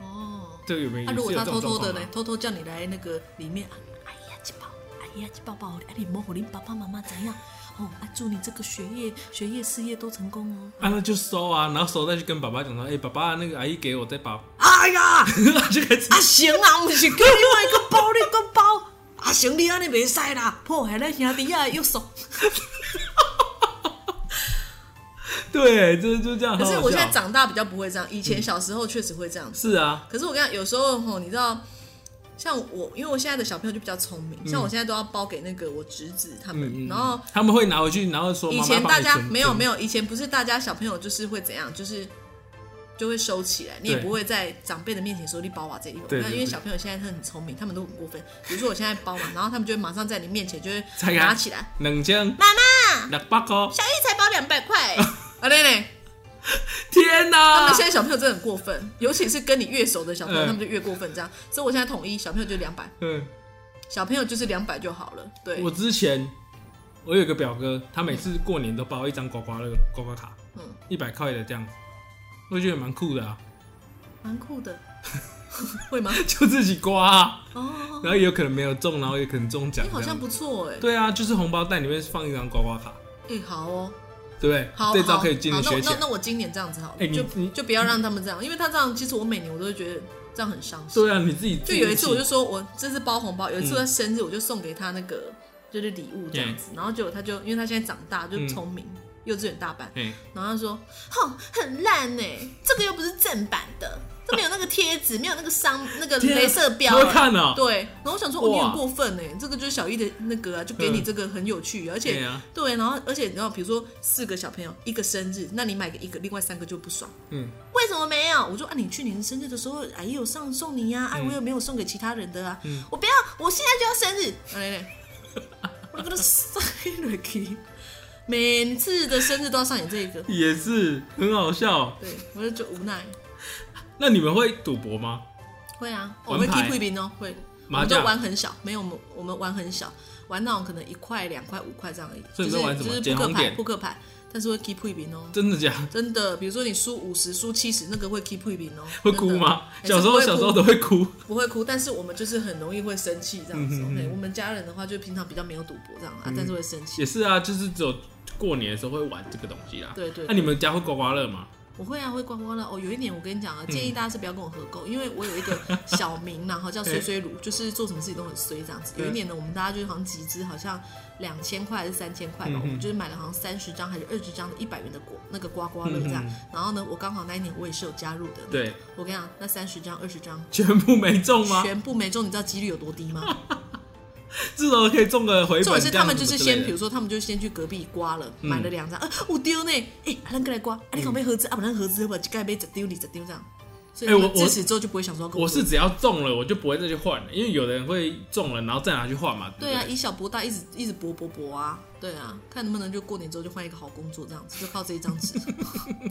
[SPEAKER 2] 哦，
[SPEAKER 1] 这个有没有？
[SPEAKER 2] 那如果
[SPEAKER 1] 也
[SPEAKER 2] 他
[SPEAKER 1] 是有
[SPEAKER 2] 偷
[SPEAKER 1] 这种
[SPEAKER 2] 偷的
[SPEAKER 1] 状况
[SPEAKER 2] 呢
[SPEAKER 1] 吗？？
[SPEAKER 2] 偷偷叫你来那个里面，啊哎呀，鸡包，哎呀，鸡包包，哎，你莫和你爸爸妈妈怎样？哦，啊，祝你这个学业、学业、事业都成功哦。
[SPEAKER 1] 啊，那就收啊，然后收再去跟爸爸讲说，哎、爸爸那个阿姨给我 再包，
[SPEAKER 2] 哎呀！
[SPEAKER 1] 就开始
[SPEAKER 2] 啊，行啊，毋是叫你买个包，你个包。啊，行，你安尼袂使啦，破坏咱兄弟啊仔的约束。
[SPEAKER 1] 对，就是就这样。
[SPEAKER 2] 可是
[SPEAKER 1] 好好
[SPEAKER 2] 我现在
[SPEAKER 1] 笑
[SPEAKER 2] 长大比较不会这样，以前小时候确实会这样。
[SPEAKER 1] 是啊，
[SPEAKER 2] 可是我跟你讲，有时候吼，你知道，像我，因为我现在的小朋友就比较聪明，像我现在都要包给那个我侄子他们，
[SPEAKER 1] 嗯嗯，
[SPEAKER 2] 然后
[SPEAKER 1] 他们会拿回去，然后说
[SPEAKER 2] 以
[SPEAKER 1] 妈妈
[SPEAKER 2] 前
[SPEAKER 1] 帮
[SPEAKER 2] 大
[SPEAKER 1] 你
[SPEAKER 2] 家
[SPEAKER 1] 存
[SPEAKER 2] 没有没
[SPEAKER 1] 有，
[SPEAKER 2] 有，以前不是大家小朋友就是会怎样，就是就会收起来，你也
[SPEAKER 1] 对
[SPEAKER 2] 不会在长辈的面前说你包我这一包。
[SPEAKER 1] 对
[SPEAKER 2] 那
[SPEAKER 1] 对
[SPEAKER 2] 因为
[SPEAKER 1] 对
[SPEAKER 2] 小朋友现在他很聪明，他们都很过分。比如说我现在包嘛，然后他们就会马上在你面 前就
[SPEAKER 1] 拆
[SPEAKER 2] 会
[SPEAKER 1] 开
[SPEAKER 2] 拿起来，
[SPEAKER 1] 两千
[SPEAKER 2] 妈妈，
[SPEAKER 1] 六百块，哦
[SPEAKER 2] 小易才包两百块， 啊对嘞，
[SPEAKER 1] 天
[SPEAKER 2] 他
[SPEAKER 1] 哪、
[SPEAKER 2] 们现在小朋友真的很过分，尤其是跟你越熟的小朋友，
[SPEAKER 1] 啊嗯
[SPEAKER 2] 他们就越过分这样。所以我现在统一小朋友就两百，
[SPEAKER 1] 嗯，
[SPEAKER 2] 小朋友就是两百就好了。对，
[SPEAKER 1] 我之前我有一个表哥，他每次过年都包一张刮刮乐、刮刮卡，
[SPEAKER 2] 嗯，
[SPEAKER 1] 一百块的这样子，我觉得蛮酷的啊，
[SPEAKER 2] 蛮酷的， 会吗？
[SPEAKER 1] 就自己刮、啊，
[SPEAKER 2] 哦，
[SPEAKER 1] 然后也有可能没有中，然后也可能中奖
[SPEAKER 2] 你
[SPEAKER 1] 这
[SPEAKER 2] 好像
[SPEAKER 1] 样。
[SPEAKER 2] 不错哎、
[SPEAKER 1] 对啊，就是红包袋里面放一张刮刮卡，
[SPEAKER 2] 哎、好哦。
[SPEAKER 1] 对不对？
[SPEAKER 2] 好，
[SPEAKER 1] 这招
[SPEAKER 2] 好
[SPEAKER 1] 可以今年
[SPEAKER 2] 好
[SPEAKER 1] 学起
[SPEAKER 2] 那
[SPEAKER 1] 来
[SPEAKER 2] 那。那我今年这样子好了，
[SPEAKER 1] 哎你
[SPEAKER 2] 就
[SPEAKER 1] 你
[SPEAKER 2] 就不要让他们这样，因为他这样，其实我每年我都会觉得这样很伤心。
[SPEAKER 1] 对嗯啊，你自己
[SPEAKER 2] 就有一次我就
[SPEAKER 1] 自己
[SPEAKER 2] 说我这次包红包，有一次他生日我就送给他那个就是礼物这样子，然后结果他就因为他现在长大就
[SPEAKER 1] 嗯
[SPEAKER 2] 聪明，幼稚园大班，
[SPEAKER 1] 哎
[SPEAKER 2] 然后他说哼很烂呢、这个又不是正版的，这没有那个贴纸，没有那个商那个
[SPEAKER 1] 天啊
[SPEAKER 2] 呃镭射标、
[SPEAKER 1] 他会看哦
[SPEAKER 2] 对，然后我想说哦
[SPEAKER 1] 哇嗯
[SPEAKER 2] 你很过分呢、这个就是小一的那个啊，就给你这个很有趣，而且
[SPEAKER 1] 对啊，
[SPEAKER 2] 对，然后而且你知道，比如说四个小朋友一个生日，那你买给一个，另外三个就不爽。
[SPEAKER 1] 嗯，
[SPEAKER 2] 为什么没有？我说啊，你去年生日的时候，哎，也有上送你呀、啊，
[SPEAKER 1] 嗯
[SPEAKER 2] 我又没有送给其他人的啊，我不要，我现在就要生日，来来来，我给他塞瑞去，每次的生日都要上演这一个，
[SPEAKER 1] 也是很好笑。
[SPEAKER 2] 对我就就无奈，
[SPEAKER 1] 那你们会赌博吗？
[SPEAKER 2] 会啊，我
[SPEAKER 1] 玩
[SPEAKER 2] 会踢
[SPEAKER 1] 牌
[SPEAKER 2] 贵宾哦，会，我
[SPEAKER 1] 麻
[SPEAKER 2] 们
[SPEAKER 1] 将
[SPEAKER 2] 都玩很小，没有我们我们玩很小，玩那种可能一块、两块、五块这样而已，
[SPEAKER 1] 所以你
[SPEAKER 2] 就是
[SPEAKER 1] 都玩什
[SPEAKER 2] 就
[SPEAKER 1] 么
[SPEAKER 2] 是
[SPEAKER 1] 捡
[SPEAKER 2] 扑克
[SPEAKER 1] 红
[SPEAKER 2] 牌，
[SPEAKER 1] 点
[SPEAKER 2] 扑克牌，但是会踢贵宾哦。
[SPEAKER 1] 真的假的？
[SPEAKER 2] 真的，比如说你输五十、输七十，那个会 keep 一平哦。
[SPEAKER 1] 会哭 吗？
[SPEAKER 2] 真
[SPEAKER 1] 小
[SPEAKER 2] 的
[SPEAKER 1] 时候
[SPEAKER 2] 哎是
[SPEAKER 1] 小时候都
[SPEAKER 2] 不会
[SPEAKER 1] 会哭。
[SPEAKER 2] 哭不会哭，但是我们就是很容易会生气这样子
[SPEAKER 1] 嗯
[SPEAKER 2] 哦。
[SPEAKER 1] 哼嗯
[SPEAKER 2] 对，我们家人的话就平常比较没有赌博这样啊，但是会生气。
[SPEAKER 1] 也是啊，就是只有过年的时候会玩这个东西啦。啊
[SPEAKER 2] 对对
[SPEAKER 1] 那、你们家会刮刮乐吗？
[SPEAKER 2] 我会啊，会刮刮乐哦。有一点我跟你讲啊，
[SPEAKER 1] 嗯
[SPEAKER 2] 建议大家是不要跟我合购，因为我有一个小名然后叫衰 衰乳，就是做什么事情都很衰这样子。
[SPEAKER 1] 嗯
[SPEAKER 2] 有一年呢，我们大家就好像集资，好像两千块还是三千块吧，
[SPEAKER 1] 嗯哼
[SPEAKER 2] 我们就是买了好像三十张还是二十张的一百元的果那个刮刮乐这样
[SPEAKER 1] 嗯。
[SPEAKER 2] 然后呢，我刚好那一年我也是有加入的。
[SPEAKER 1] 对，
[SPEAKER 2] 我跟你讲，那三十张、二十张
[SPEAKER 1] 全部没中吗？
[SPEAKER 2] 全部没中，你知道几率有多低吗？
[SPEAKER 1] 至少可以中个回本。
[SPEAKER 2] 重点是他们就是先，
[SPEAKER 1] 这
[SPEAKER 2] 比如
[SPEAKER 1] 样子
[SPEAKER 2] 说他们就先去隔壁刮了，
[SPEAKER 1] 嗯
[SPEAKER 2] 买了两张，呃，我丢呢，哎，啊咱过来刮，啊，你可没合资，啊，不然合资吧，一盖杯十丢，你十丢这样。所以
[SPEAKER 1] 哎
[SPEAKER 2] 他
[SPEAKER 1] 我
[SPEAKER 2] 们自此之后就不会想说要
[SPEAKER 1] 之类
[SPEAKER 2] 跟
[SPEAKER 1] 的。我是
[SPEAKER 2] 合
[SPEAKER 1] 只要中了，我就不会再去换了，因为有的人会中了，然后再拿去换嘛。
[SPEAKER 2] 对
[SPEAKER 1] 不
[SPEAKER 2] 啊，以小博大，一直一直博博博啊，对啊，看能不能就过年之后就换一个好工作，这样子就靠这一张纸。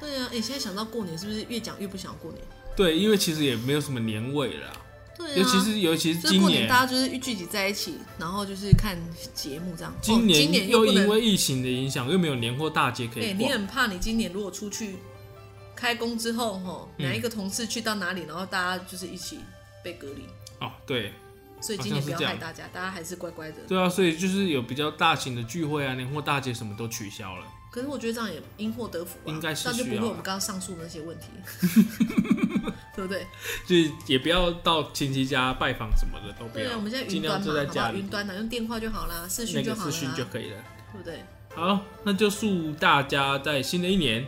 [SPEAKER 2] 对啊，哎，现在想到过年是不是越讲越不想过年？
[SPEAKER 1] 对，因为其实也没有什么年味了啦，
[SPEAKER 2] 对啊，
[SPEAKER 1] 尤其是尤其是
[SPEAKER 2] 就是
[SPEAKER 1] 今
[SPEAKER 2] 过年大家就是聚集在一起，然后就是看节目这样。
[SPEAKER 1] 今
[SPEAKER 2] 哦、今年
[SPEAKER 1] 又
[SPEAKER 2] 不能
[SPEAKER 1] 因为疫情的影响，又没有年货大街可
[SPEAKER 2] 哎、
[SPEAKER 1] 以
[SPEAKER 2] 你
[SPEAKER 1] 逛。
[SPEAKER 2] 很怕你今年如果出去开工之后，吼，
[SPEAKER 1] 嗯
[SPEAKER 2] 哪一个同事去到哪里，然后大家就是一起被隔离，
[SPEAKER 1] 哦，对，
[SPEAKER 2] 所以今
[SPEAKER 1] 好像
[SPEAKER 2] 年
[SPEAKER 1] 是
[SPEAKER 2] 不要
[SPEAKER 1] 这样
[SPEAKER 2] 害大家，大家还是乖乖的。
[SPEAKER 1] 对啊，所以就是有比较大型的聚会啊，年货大街什么都取消了。
[SPEAKER 2] 可是我觉得这样也因祸得福吧，
[SPEAKER 1] 应该是
[SPEAKER 2] 这样就
[SPEAKER 1] 需
[SPEAKER 2] 不
[SPEAKER 1] 要
[SPEAKER 2] 会
[SPEAKER 1] 啊
[SPEAKER 2] 我们刚刚上述的那些 问题，对不对？
[SPEAKER 1] 就是也不要到亲戚家拜访什么的都不
[SPEAKER 2] 对啊，
[SPEAKER 1] 要
[SPEAKER 2] 我们现在，云
[SPEAKER 1] 尽量
[SPEAKER 2] 端嘛，
[SPEAKER 1] 就在
[SPEAKER 2] 好不
[SPEAKER 1] 家
[SPEAKER 2] 好？
[SPEAKER 1] 里
[SPEAKER 2] 云端的啊用电话就好啦，视
[SPEAKER 1] 那
[SPEAKER 2] 讯
[SPEAKER 1] 个
[SPEAKER 2] 就好
[SPEAKER 1] 资
[SPEAKER 2] 了
[SPEAKER 1] 讯
[SPEAKER 2] 啦，
[SPEAKER 1] 就可以了。
[SPEAKER 2] 对不对？
[SPEAKER 1] 好，那就祝大家在新的一年，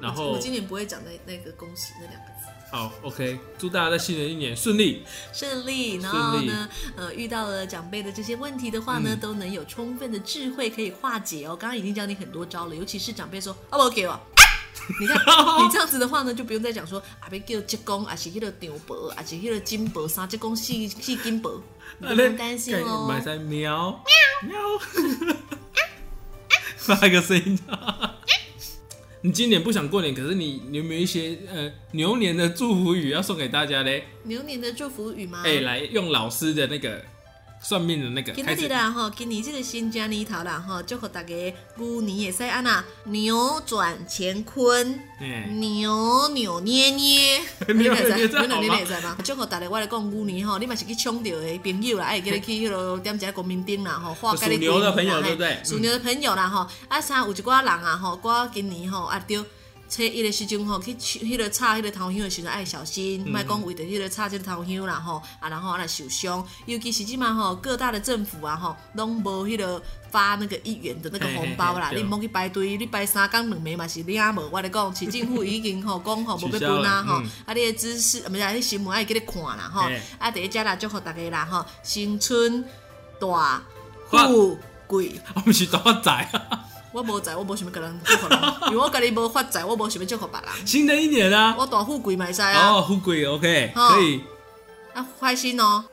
[SPEAKER 1] 然
[SPEAKER 2] 我
[SPEAKER 1] 后
[SPEAKER 2] 我今年不会讲那那个恭喜那两个字。
[SPEAKER 1] 好，OK，祝大家在新的一年顺利。
[SPEAKER 2] 顺利，然
[SPEAKER 1] 顺
[SPEAKER 2] 后
[SPEAKER 1] 利
[SPEAKER 2] 呢，呃，遇到了长辈的这些问题的话
[SPEAKER 1] 嗯
[SPEAKER 2] 呢，都能有充分的智慧可以化解哦。刚刚已经教你很多招了，尤其是 长辈说啊，我给我。啊你看，你这样子的话呢，就不用再讲说啊，别叫职工，啊是迄个长伯，啊是迄个金伯，啥职工四四金
[SPEAKER 1] 啊
[SPEAKER 2] 伯，你不用担心哦。
[SPEAKER 1] 买在喵 喵，发一个声音。你今年不想过年，可是你你有没有一些呃牛年的祝福语要送给大家嘞？
[SPEAKER 2] 牛年的祝福语吗？
[SPEAKER 1] 哎、来用老师的那个算命的那个
[SPEAKER 2] 今
[SPEAKER 1] 开
[SPEAKER 2] 日
[SPEAKER 1] 始，
[SPEAKER 2] 啦吼，今年这个新正年头啦吼，祝福大家牛年会使安那扭转乾坤，
[SPEAKER 1] 哎、
[SPEAKER 2] 扭扭捏捏，
[SPEAKER 1] 扭扭
[SPEAKER 2] 会
[SPEAKER 1] 捏捏
[SPEAKER 2] 使，
[SPEAKER 1] 这好
[SPEAKER 2] 扭
[SPEAKER 1] 吗
[SPEAKER 2] 扭捏捏会使吗？祝福大家，我来讲牛年吼，你嘛是去冲着的朋友啦，爱叫你去迄落点一下光明灯啦吼，化解你
[SPEAKER 1] 属牛的
[SPEAKER 2] 鬼门啦
[SPEAKER 1] 朋友对不嗯对
[SPEAKER 2] 嘿属牛的朋友啦吼，啊啥有一寡人啊吼，我今年吼啊对。初一的时阵吼，去迄个插迄个头香的时阵爱小心，
[SPEAKER 1] 嗯
[SPEAKER 2] 莫讲为着迄个插即个头香啦吼，啊然后来受伤，尤其是即嘛吼，各大的政府啊吼，拢无迄个发那个一元的那个红包啦，
[SPEAKER 1] 嘿嘿嘿对
[SPEAKER 2] 你毋好去排队，你排三工两暝嘛是领无，我咧讲，市政府已经吼讲吼无要分啊吼
[SPEAKER 1] 取消了嗯，
[SPEAKER 2] 啊你的知识，啊毋是啊，你新闻爱叫你看啦吼
[SPEAKER 1] 嘿，
[SPEAKER 2] 啊第一只啦祝福大家啦吼，新春大
[SPEAKER 1] 发
[SPEAKER 2] 富贵。
[SPEAKER 1] 我们是多仔啊，
[SPEAKER 2] 我无财，我无想要甲人 祝福人，因为我家己无发财，我无想要祝福别人。
[SPEAKER 1] 新的一年啊，哦
[SPEAKER 2] 我大富贵嘛会使啊，
[SPEAKER 1] 哦，富贵 OK，
[SPEAKER 2] 哦
[SPEAKER 1] 可以，
[SPEAKER 2] 啊开心哦，